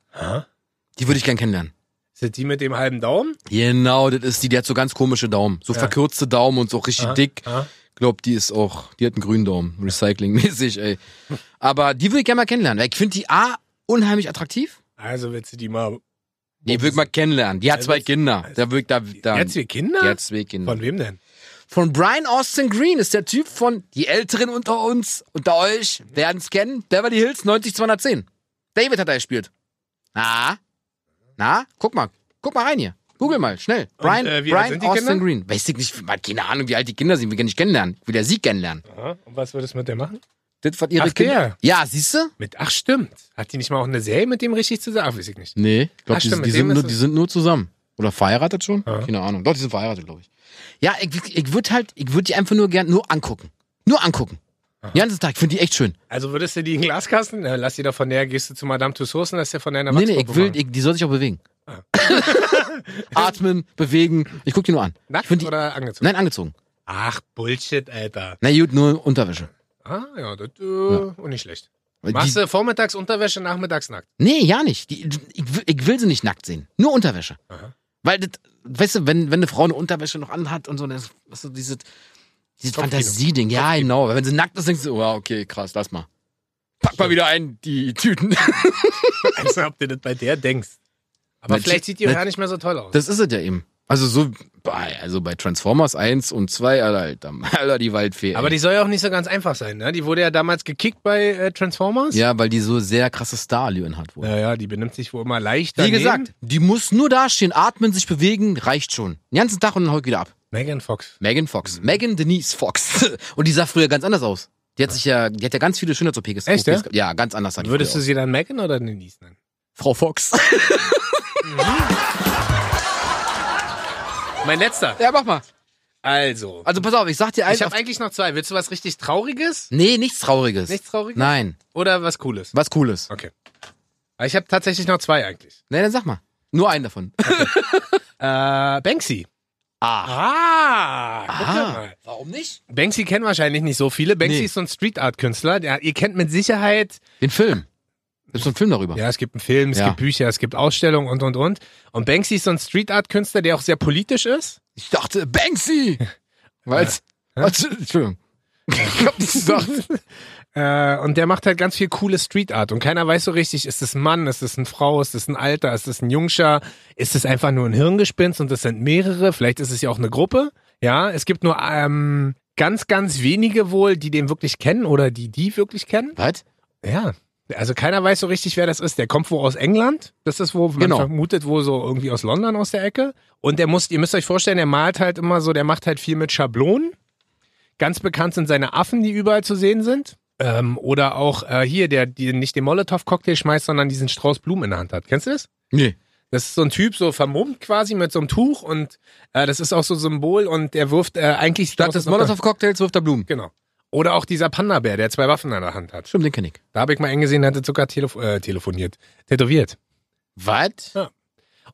[SPEAKER 1] Die würde ich gern kennenlernen.
[SPEAKER 2] Sind die mit dem halben Daumen?
[SPEAKER 1] Genau, das ist die, die hat so ganz komische Daumen. So verkürzte Daumen und so richtig dick.
[SPEAKER 2] Aha.
[SPEAKER 1] Glaub, die ist auch, die hat einen grünen Daumen. Recycling-mäßig, ey. Aber die würde ich gerne mal kennenlernen. weil Ich finde die A unheimlich attraktiv.
[SPEAKER 2] Also willst du die mal.
[SPEAKER 1] Die würde ich mal kennenlernen. Die hat
[SPEAKER 2] Also
[SPEAKER 1] zwei
[SPEAKER 2] jetzt-
[SPEAKER 1] Kinder. Da würd ich, da, da,
[SPEAKER 2] Jetzt wir Kinder?
[SPEAKER 1] Die hat zwei Kinder.
[SPEAKER 2] Von wem denn?
[SPEAKER 1] Von Brian Austin Green ist der Typ von die Älteren unter uns, unter euch, werden es kennen. Beverly Hills 90210. David hat er gespielt. Na? Na? Guck mal. Guck mal rein hier. Google mal, schnell. Brian,
[SPEAKER 2] äh, wie alt
[SPEAKER 1] Brian
[SPEAKER 2] sind die
[SPEAKER 1] Austin
[SPEAKER 2] Kinder?
[SPEAKER 1] Green. Weiß ich nicht, mal keine Ahnung, wie alt die Kinder sind. Wir können nicht kennenlernen. Ich will ja sie kennenlernen.
[SPEAKER 2] Aha. Und was würdest du mit der machen?
[SPEAKER 1] Das, was ihre
[SPEAKER 2] Ach,
[SPEAKER 1] Kinder. Ja, siehst du?
[SPEAKER 2] Mit, ach stimmt. Hat die nicht mal auch eine Serie mit dem richtig zusammen? Ach, weiß ich nicht.
[SPEAKER 1] Nee, ich
[SPEAKER 2] Ach,
[SPEAKER 1] glaube, die,
[SPEAKER 2] Ah, stimmt,
[SPEAKER 1] die,
[SPEAKER 2] mit dem
[SPEAKER 1] sind nur-
[SPEAKER 2] ist
[SPEAKER 1] die
[SPEAKER 2] es-
[SPEAKER 1] sind nur zusammen. Oder verheiratet schon?
[SPEAKER 2] Ja.
[SPEAKER 1] Keine Ahnung. Doch, die sind verheiratet, glaube ich. Ja, ich, ich würde halt, ich würde die einfach nur gern nur angucken. Nur angucken. Den ganzen Tag. Ich finde die echt schön.
[SPEAKER 2] Also würdest du die in den Glaskasten? Na, lass die doch von der, gehst du zu Madame Tussauds und lass dir von deiner
[SPEAKER 1] Nee, nee, ich
[SPEAKER 2] Wachspuppe
[SPEAKER 1] will,
[SPEAKER 2] machen.
[SPEAKER 1] ich, die soll sich auch bewegen. Atmen, bewegen. Ich gucke die nur an.
[SPEAKER 2] Nackt
[SPEAKER 1] find die-
[SPEAKER 2] oder angezogen?
[SPEAKER 1] Nein, angezogen.
[SPEAKER 2] Ach, Bullshit, Alter.
[SPEAKER 1] Na gut, nur Unterwäsche.
[SPEAKER 2] Ah, ja, das äh, und nicht schlecht.
[SPEAKER 1] Weil
[SPEAKER 2] Machst
[SPEAKER 1] die,
[SPEAKER 2] du vormittags Unterwäsche, nachmittags nackt?
[SPEAKER 1] nee, ja nicht. Die, ich, will- ich will sie nicht nackt sehen. Nur Unterwäsche.
[SPEAKER 2] Aha.
[SPEAKER 1] Weil, das, weißt du, wenn, wenn eine Frau eine Unterwäsche noch anhat und so, das, was so dieses, dieses
[SPEAKER 2] Kopfkino.
[SPEAKER 1] Fantasieding. Ja, genau. Weil wenn sie nackt ist, denkst du, wow, okay, krass, lass mal. Pack mal wieder ein, die Tüten.
[SPEAKER 2] Also, ob du das bei der denkst. Aber
[SPEAKER 1] Na,
[SPEAKER 2] vielleicht
[SPEAKER 1] die-
[SPEAKER 2] sieht die
[SPEAKER 1] na,
[SPEAKER 2] ja nicht mehr so toll aus.
[SPEAKER 1] Das ist es ja eben. Also so bei, also bei Transformers 1 und 2, Alter, Alter die Waldfee. ey.
[SPEAKER 2] Aber die soll ja auch nicht so ganz einfach sein, ne? Die wurde ja damals gekickt bei äh, Transformers.
[SPEAKER 1] ja, weil die so sehr krasse Starlüren hat wohl.
[SPEAKER 2] Naja, die benimmt sich wohl immer leicht.
[SPEAKER 1] Wie
[SPEAKER 2] daneben.
[SPEAKER 1] gesagt, die muss nur dastehen, atmen, sich bewegen, reicht schon. Den ganzen Tag und dann haut wieder ab.
[SPEAKER 2] Megan Fox.
[SPEAKER 1] Megan Fox.
[SPEAKER 2] Mhm.
[SPEAKER 1] Megan Denise Fox. Und die sah früher ganz anders aus. Die hat sich ja, die hat ja ganz viele Schönheits-OPs
[SPEAKER 2] Echt,
[SPEAKER 1] OPs
[SPEAKER 2] ja?
[SPEAKER 1] Ja, ganz anders sah die
[SPEAKER 2] Würdest du
[SPEAKER 1] früher
[SPEAKER 2] sie dann Megan oder Denise nennen?
[SPEAKER 1] aus. Frau Fox.
[SPEAKER 2] Mein letzter.
[SPEAKER 1] ja, mach mal.
[SPEAKER 2] Also,
[SPEAKER 1] Also pass auf, ich sag dir eins.
[SPEAKER 2] ich habe
[SPEAKER 1] auf-
[SPEAKER 2] eigentlich noch zwei. Willst du was richtig Trauriges?
[SPEAKER 1] Nee, nichts Trauriges.
[SPEAKER 2] Nichts Trauriges?
[SPEAKER 1] Nein,
[SPEAKER 2] Oder was Cooles?
[SPEAKER 1] was Cooles.
[SPEAKER 2] Okay. Aber Ich habe tatsächlich noch zwei eigentlich.
[SPEAKER 1] Nee, dann sag mal. Nur einen davon.
[SPEAKER 2] Äh, Banksy.
[SPEAKER 1] Ah.
[SPEAKER 2] Ah, guck dir
[SPEAKER 1] Aha.
[SPEAKER 2] mal.
[SPEAKER 1] Warum nicht?
[SPEAKER 2] Banksy kennen wahrscheinlich nicht so viele. Banksy
[SPEAKER 1] Nee.
[SPEAKER 2] ist so ein Street Art Künstler. Der, ihr kennt mit Sicherheit.
[SPEAKER 1] Den Film. Gibt's so einen Film darüber?
[SPEAKER 2] Ja, es gibt einen Film, es
[SPEAKER 1] Ja.
[SPEAKER 2] gibt Bücher, es gibt Ausstellungen und und und. Und Banksy ist so ein Street Art Künstler, der auch sehr politisch ist.
[SPEAKER 1] Ich dachte, Banksy! Weil's. Als, Entschuldigung. Ich hab nicht gesagt.
[SPEAKER 2] Äh, und der macht halt ganz viel coole Street Art und keiner weiß so richtig, ist es ein Mann, ist es eine Frau, ist es ein Alter, ist es ein Jungscher, ist es einfach nur ein Hirngespinst und das sind mehrere, vielleicht ist es ja auch eine Gruppe. Ja, es gibt nur ähm, ganz, ganz wenige wohl, die den wirklich kennen oder die die wirklich kennen.
[SPEAKER 1] Was?
[SPEAKER 2] Ja. Also keiner weiß so richtig, wer das ist. Der kommt wo aus England. Das ist wo man
[SPEAKER 1] Genau.
[SPEAKER 2] vermutet, wo so irgendwie aus London aus der Ecke. Und der muss, ihr müsst euch vorstellen, der malt halt immer so, der macht halt viel mit Schablonen. Ganz bekannt sind seine Affen, die überall zu sehen sind. Ähm, oder auch äh, hier, der die nicht den Molotow-Cocktail schmeißt, sondern diesen Strauß Blumen in der Hand hat. Kennst du das?
[SPEAKER 1] Nee.
[SPEAKER 2] Das ist so ein Typ, so vermummt quasi mit so einem Tuch und äh, das ist auch so ein Symbol und der wirft äh, eigentlich
[SPEAKER 1] Statt des Molotow-Cocktails wirft er Blumen.
[SPEAKER 2] Genau. Oder auch dieser Panda-Bär, der zwei Waffen in der Hand hat.
[SPEAKER 1] Stimmt, den kenn ich.
[SPEAKER 2] Da habe ich mal eingesehen, der hatte sogar telef äh, telefoniert, tätowiert.
[SPEAKER 1] Was?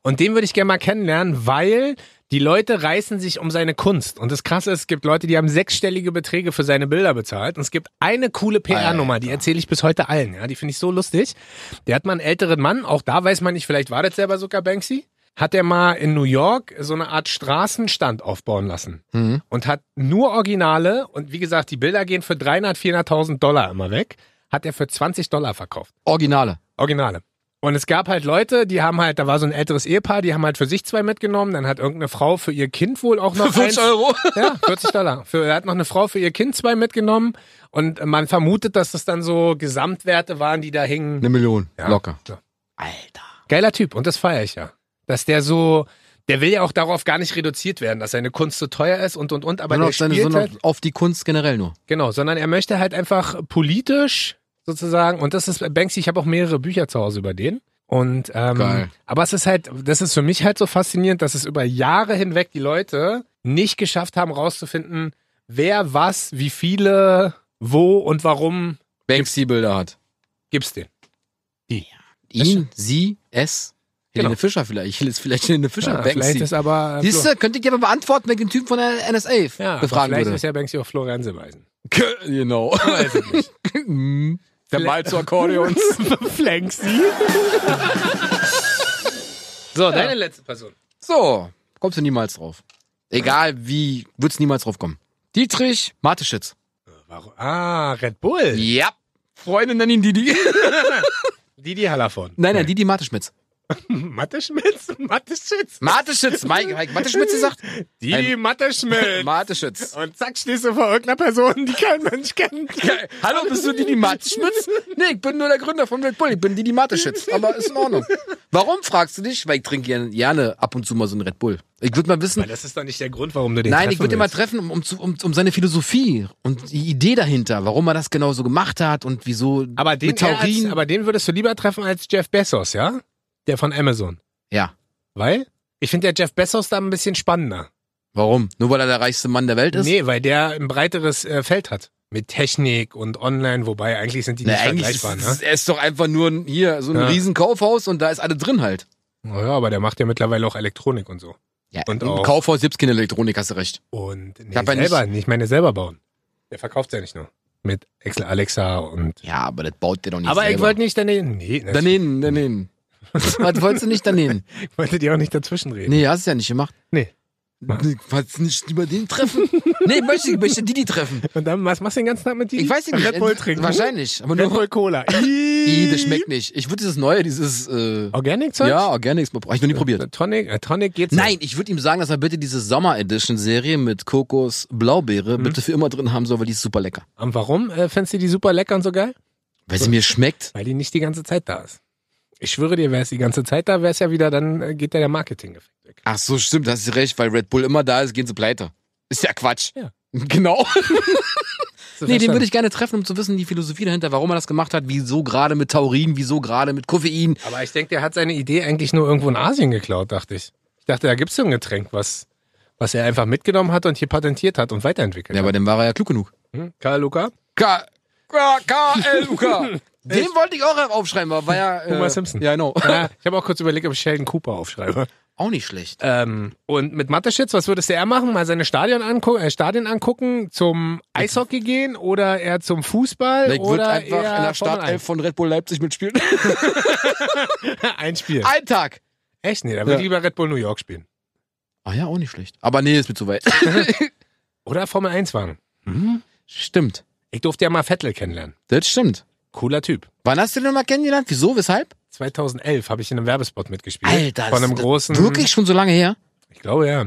[SPEAKER 2] Und den würde ich gerne mal kennenlernen, weil die Leute reißen sich um seine Kunst. Und das Krasse ist, es gibt Leute, die haben sechsstellige Beträge für seine Bilder bezahlt. Und es gibt eine coole PR-Nummer, die erzähle ich bis heute allen. Ja, die finde ich so lustig. Der hat mal einen älteren Mann, auch da weiß man nicht, vielleicht war das selber sogar Banksy. Hat er mal in New York so eine Art Straßenstand aufbauen lassen
[SPEAKER 1] Mhm.
[SPEAKER 2] und hat nur Originale und wie gesagt, die Bilder gehen für 300, 400.000 Dollar immer weg. Hat er für 20 Dollar verkauft.
[SPEAKER 1] Originale.
[SPEAKER 2] Originale. Und es gab halt Leute, die haben halt, da war so ein älteres Ehepaar, die haben halt für sich zwei mitgenommen, dann hat irgendeine Frau für ihr Kind wohl auch noch eins,
[SPEAKER 1] Euro?
[SPEAKER 2] ja, 40 Dollar. Für, er hat noch eine Frau für ihr Kind zwei mitgenommen und man vermutet, dass das dann so Gesamtwerte waren, die da hingen.
[SPEAKER 1] Eine Million.
[SPEAKER 2] Ja.
[SPEAKER 1] Locker.
[SPEAKER 2] Ja.
[SPEAKER 1] Alter.
[SPEAKER 2] Geiler Typ und das feiere ich ja. Dass der so, der will ja auch darauf gar nicht reduziert werden, dass seine Kunst so teuer ist und und und, aber
[SPEAKER 1] Sondern
[SPEAKER 2] der
[SPEAKER 1] auf, seine,
[SPEAKER 2] spielt
[SPEAKER 1] sondern
[SPEAKER 2] halt,
[SPEAKER 1] auf die Kunst generell nur.
[SPEAKER 2] genau, sondern er möchte halt einfach politisch sozusagen und das ist Banksy, ich habe auch mehrere Bücher zu Hause über den. Und ähm,
[SPEAKER 1] Geil.
[SPEAKER 2] aber es ist halt, das ist für mich halt so faszinierend, dass es über Jahre hinweg die Leute nicht geschafft haben, rauszufinden, wer was, wie viele, wo und warum
[SPEAKER 1] Banksy-Bilder hat.
[SPEAKER 2] gibt's den.
[SPEAKER 1] Ihn, sie, es. Helene
[SPEAKER 2] Genau.
[SPEAKER 1] Fischer vielleicht. Ist vielleicht Helene Fischer
[SPEAKER 2] Ja, vielleicht
[SPEAKER 1] Ah, Banksy.
[SPEAKER 2] ist aber äh,
[SPEAKER 1] Siehst du, könnte ich dir aber beantworten, wenn ich den Typen von der NSA
[SPEAKER 2] Flo- ja, aber
[SPEAKER 1] befragen
[SPEAKER 2] vielleicht
[SPEAKER 1] würde.
[SPEAKER 2] ist ja Banksy auch Florian Silbeisen.
[SPEAKER 1] Genau.
[SPEAKER 2] Weiß ich nicht.
[SPEAKER 1] der Mal zu Akkordeons.
[SPEAKER 2] Flanksy. so, deine letzte Person.
[SPEAKER 1] So, kommst du niemals drauf. Egal wie, wird's niemals drauf kommen. Dietrich Mateschitz.
[SPEAKER 2] Warum? Ah, Red Bull.
[SPEAKER 1] Ja. Freunde nennen ihn Didi.
[SPEAKER 2] Didi Hallervon.
[SPEAKER 1] Nein, nein, Didi Mateschmitz.
[SPEAKER 2] Mathe-Schmitz? Mathe-Schmitz?
[SPEAKER 1] Mateschitz, Mike, Mike Mateschitz sagt.
[SPEAKER 2] Die
[SPEAKER 1] Ein-
[SPEAKER 2] Mathe-Schmitz.
[SPEAKER 1] Mateschitz.
[SPEAKER 2] Und zack, stehst du vor irgendeiner Person, die kein Mensch kennt.
[SPEAKER 1] Hallo, bist du die, die Mateschmitz? Nee, ich bin nur der Gründer von Red Bull. Ich bin die, die Mateschitz. Aber ist in Ordnung. Warum fragst du dich? Weil ich trinke gerne, gerne ab und zu mal so einen Red Bull. Ich würde mal wissen.
[SPEAKER 2] Weil das ist doch nicht der Grund, warum du den
[SPEAKER 1] Nein, ich
[SPEAKER 2] treffen
[SPEAKER 1] würde ihn mal
[SPEAKER 2] willst.
[SPEAKER 1] treffen, um, um, zu- um, um seine Philosophie und die Idee dahinter, warum er das genau so gemacht hat und wieso
[SPEAKER 2] aber den,
[SPEAKER 1] mit Taurin.
[SPEAKER 2] Als, aber den würdest du lieber treffen als Jeff Bezos, ja? Der von Amazon.
[SPEAKER 1] ja,
[SPEAKER 2] Weil? Ich finde der Jeff Bezos da ein bisschen spannender.
[SPEAKER 1] warum? Nur weil er der reichste Mann der Welt ist?
[SPEAKER 2] nee, weil der ein breiteres äh, Feld hat. Mit Technik und online, wobei eigentlich sind die
[SPEAKER 1] Na,
[SPEAKER 2] nicht
[SPEAKER 1] eigentlich ist,
[SPEAKER 2] vergleichbar, ne?
[SPEAKER 1] ist, er ist doch einfach nur ein, hier so ein
[SPEAKER 2] Ja.
[SPEAKER 1] riesen Kaufhaus und da ist alles drin halt.
[SPEAKER 2] Naja, aber der macht ne? Oh ja mittlerweile auch Elektronik und so.
[SPEAKER 1] Ja,
[SPEAKER 2] Und
[SPEAKER 1] im
[SPEAKER 2] auch-
[SPEAKER 1] Kaufhaus gibt's keine Elektronik, hast du recht.
[SPEAKER 2] Und nee,
[SPEAKER 1] hab ja
[SPEAKER 2] selber, nicht. ich meine selber bauen. Der verkauft ja nicht nur. Mit Excel Alexa und.
[SPEAKER 1] Ja, aber das baut der doch nicht
[SPEAKER 2] Aber
[SPEAKER 1] selber.
[SPEAKER 2] ich wollte nicht daneben. Nee, natürlich.
[SPEAKER 1] daneben, daneben. Was wolltest du nicht daneben?
[SPEAKER 2] Ich wollte dir auch nicht dazwischen reden.
[SPEAKER 1] Nee, hast du ja nicht gemacht.
[SPEAKER 2] Nee.
[SPEAKER 1] Nee, Wolltest du nicht über den treffen? Nee, möchte, ich möchte die, die treffen.
[SPEAKER 2] Und dann, was machst du den ganzen Tag mit dir?
[SPEAKER 1] Ich weiß nicht. äh,
[SPEAKER 2] Red Bull trinken.
[SPEAKER 1] Wahrscheinlich. Aber
[SPEAKER 2] Red
[SPEAKER 1] nur,
[SPEAKER 2] Bull Cola.
[SPEAKER 1] I,
[SPEAKER 2] Ih,
[SPEAKER 1] das schmeckt nicht. Ich würde dieses neue, dieses, äh,
[SPEAKER 2] Organic Zeug?
[SPEAKER 1] ja, Organics mal probieren. Hab ich noch nie probiert.
[SPEAKER 2] Tonic, äh, Tonic geht's.
[SPEAKER 1] Nein, ich würde ihm sagen, dass er bitte diese Sommer Edition Serie mit Kokos Blaubeere
[SPEAKER 2] Mhm.
[SPEAKER 1] bitte für immer drin haben soll, weil die ist super lecker.
[SPEAKER 2] nicht. Und warum äh, findest du die super lecker und so geil?
[SPEAKER 1] Weil sie mir schmeckt.
[SPEAKER 2] Weil die nicht die ganze Zeit da ist. Ich schwöre dir, wäre es die ganze Zeit da, wäre es ja wieder, dann äh, geht ja der Marketing-Effekt weg.
[SPEAKER 1] Ach so, stimmt, hast du recht, weil Red Bull immer da ist, gehen sie pleite. Ist ja Quatsch.
[SPEAKER 2] Ja.
[SPEAKER 1] Genau.
[SPEAKER 2] Hast du
[SPEAKER 1] Nee, den
[SPEAKER 2] verstanden?
[SPEAKER 1] würde ich gerne treffen, um zu wissen, die Philosophie dahinter, warum er das gemacht hat, wieso gerade mit Taurin, wieso gerade mit Koffein.
[SPEAKER 2] Aber ich denke, der hat seine Idee eigentlich nur irgendwo in Asien geklaut, dachte ich. Ich dachte, da gibt's so ein Getränk, was, was er einfach mitgenommen hat und hier patentiert hat und weiterentwickelt
[SPEAKER 1] Ja, aber
[SPEAKER 2] hat.
[SPEAKER 1] dann war er ja klug genug.
[SPEAKER 2] Hm? Karl Luca?
[SPEAKER 1] K. K. K. L. U. K. Den wollte ich auch aufschreiben, aber war ja. Äh,
[SPEAKER 2] Homer Simpson.
[SPEAKER 1] Ja, genau.
[SPEAKER 2] Ja, ich habe auch kurz überlegt, ob ich Sheldon Cooper aufschreibe.
[SPEAKER 1] Auch nicht schlecht.
[SPEAKER 2] Ähm, und mit Mateschitz, was würdest du eher machen? Mal seine Stadion angu äh, Stadien angucken, zum Eishockey gehen oder eher zum Fußball
[SPEAKER 1] Ich würde
[SPEAKER 2] oder
[SPEAKER 1] einfach
[SPEAKER 2] eher
[SPEAKER 1] in der
[SPEAKER 2] Formel
[SPEAKER 1] Startelf von Red Bull Leipzig mitspielen.
[SPEAKER 2] eins? ein Spiel.
[SPEAKER 1] Ein Tag.
[SPEAKER 2] Echt? Nee, da würde
[SPEAKER 1] Ja.
[SPEAKER 2] ich lieber Red Bull New York spielen.
[SPEAKER 1] Ah ja, auch nicht schlecht. Aber nee, ist mir zu weit.
[SPEAKER 2] Oder Formel 1 wagen.
[SPEAKER 1] stimmt.
[SPEAKER 2] Ich durfte ja mal Vettel kennenlernen.
[SPEAKER 1] Das stimmt.
[SPEAKER 2] Cooler Typ.
[SPEAKER 1] Wann hast du den nochmal kennengelernt? Wieso? Weshalb?
[SPEAKER 2] 2011 habe ich in einem Werbespot mitgespielt.
[SPEAKER 1] Alter,
[SPEAKER 2] Von einem
[SPEAKER 1] ist
[SPEAKER 2] großen.
[SPEAKER 1] Wirklich schon so lange her?
[SPEAKER 2] Ich glaube ja.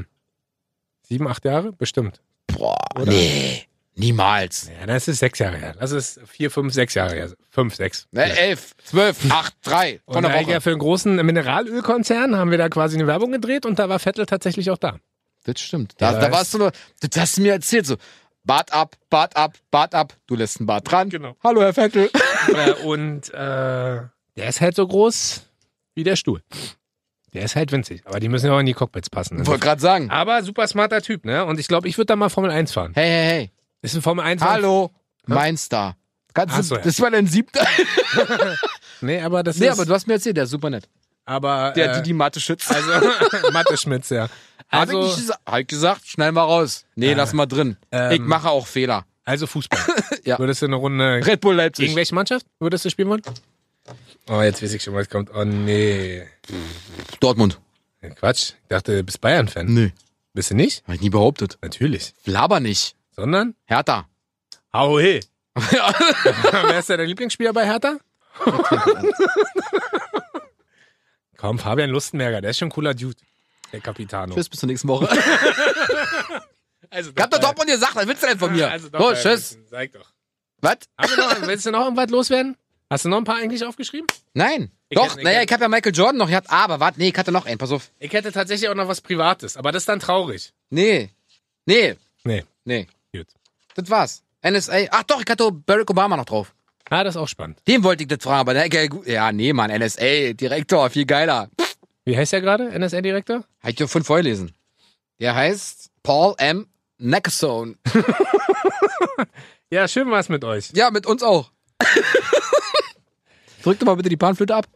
[SPEAKER 2] Sieben, acht Jahre? Bestimmt.
[SPEAKER 1] Boah,
[SPEAKER 2] Oder?
[SPEAKER 1] nee. Niemals.
[SPEAKER 2] Ja, das ist sechs Jahre her. Das ist vier, fünf, sechs Jahre her. Fünf, sechs.
[SPEAKER 1] Ne, elf, zwölf, acht, drei.
[SPEAKER 2] Und
[SPEAKER 1] Von der
[SPEAKER 2] da ich ja
[SPEAKER 1] Woche.
[SPEAKER 2] für einen großen Mineralölkonzern haben wir da quasi eine Werbung gedreht und da war Vettel tatsächlich auch da.
[SPEAKER 1] Das stimmt. Da,
[SPEAKER 2] Ja,
[SPEAKER 1] da
[SPEAKER 2] weiß.
[SPEAKER 1] warst du nur, das hast du mir erzählt, so. Bart ab, Bart ab, Bart ab. Du lässt einen Bart dran.
[SPEAKER 2] Genau.
[SPEAKER 1] Hallo, Herr Vettel.
[SPEAKER 2] äh, und äh, der ist halt so groß wie der Stuhl. Der ist halt winzig, aber die müssen ja auch in die Cockpits passen.
[SPEAKER 1] Wollte gerade sagen.
[SPEAKER 2] Aber super smarter Typ, ne? Und ich glaube, ich würde da mal Formel 1 fahren.
[SPEAKER 1] Hey, hey, hey.
[SPEAKER 2] Ist ein Formel 1
[SPEAKER 1] Hallo, mein Star. Kannst
[SPEAKER 2] Ach
[SPEAKER 1] du,
[SPEAKER 2] so, ja.
[SPEAKER 1] Das war dein siebter.
[SPEAKER 2] Nee, aber das
[SPEAKER 1] Nee,
[SPEAKER 2] ist.
[SPEAKER 1] aber du hast mir erzählt, der ist super nett.
[SPEAKER 2] aber
[SPEAKER 1] Der,
[SPEAKER 2] äh,
[SPEAKER 1] die, die Mathe schützt.
[SPEAKER 2] also Mathe Schmitz, ja.
[SPEAKER 1] Also, Äh, Hab ich
[SPEAKER 2] Also,
[SPEAKER 1] nicht gesagt. Hab ich gesagt, schnell mal raus. Nee, lass mal drin.
[SPEAKER 2] ähm,
[SPEAKER 1] ich mache auch Fehler.
[SPEAKER 2] also Fußball.
[SPEAKER 1] Ja.
[SPEAKER 2] Würdest du eine Runde
[SPEAKER 1] Red Bull Leipzig.
[SPEAKER 2] gegen welche Mannschaft würdest du spielen wollen? Oh, jetzt weiß ich schon, was kommt. Oh nee.
[SPEAKER 1] Dortmund.
[SPEAKER 2] Quatsch. Ich dachte, du bist Bayern-Fan.
[SPEAKER 1] Nee.
[SPEAKER 2] Bist du nicht?
[SPEAKER 1] Hab ich nie behauptet.
[SPEAKER 2] Natürlich.
[SPEAKER 1] Laber nicht.
[SPEAKER 2] Sondern?
[SPEAKER 1] Hertha.
[SPEAKER 2] Hau he. Wer ist denn dein Lieblingsspieler bei Hertha? Komm, Fabian Lustenberger, der ist schon ein cooler Dude. Der Capitano.
[SPEAKER 1] Tschüss, bis zur nächsten Woche.
[SPEAKER 2] Also,
[SPEAKER 1] Ich hab doch Dortmund gesagt, was willst du denn von mir?
[SPEAKER 2] Also,
[SPEAKER 1] so, tschüss.
[SPEAKER 2] Sag doch.
[SPEAKER 1] Was?
[SPEAKER 2] Haben wir noch, willst du noch irgendwas loswerden? Hast du noch ein paar eigentlich aufgeschrieben?
[SPEAKER 1] Nein.
[SPEAKER 2] Ich
[SPEAKER 1] doch,
[SPEAKER 2] hätte- ich
[SPEAKER 1] naja,
[SPEAKER 2] hätte-
[SPEAKER 1] ich hab ja Michael Jordan noch gehabt, aber warte, nee, ich hatte noch einen, pass auf.
[SPEAKER 2] Ich hätte tatsächlich auch noch was Privates, aber das ist dann traurig.
[SPEAKER 1] Nee. Nee.
[SPEAKER 2] Nee.
[SPEAKER 1] Nee.
[SPEAKER 2] Gut.
[SPEAKER 1] Das war's. NSA. Ach doch, ich hatte Barack Obama noch drauf.
[SPEAKER 2] Ah, das ist auch spannend.
[SPEAKER 1] Dem wollte ich das fragen, aber der, der, ja, nee, Mann, NSA, Direktor, viel geiler.
[SPEAKER 2] Wie heißt der gerade, NSA-Direktor?
[SPEAKER 1] Hab ich dir von vorgelesen. Der heißt Paul M. Neckstone.
[SPEAKER 2] Ja, schön war's mit euch.
[SPEAKER 1] Ja, mit uns auch. Drück doch mal bitte die Panflöte ab.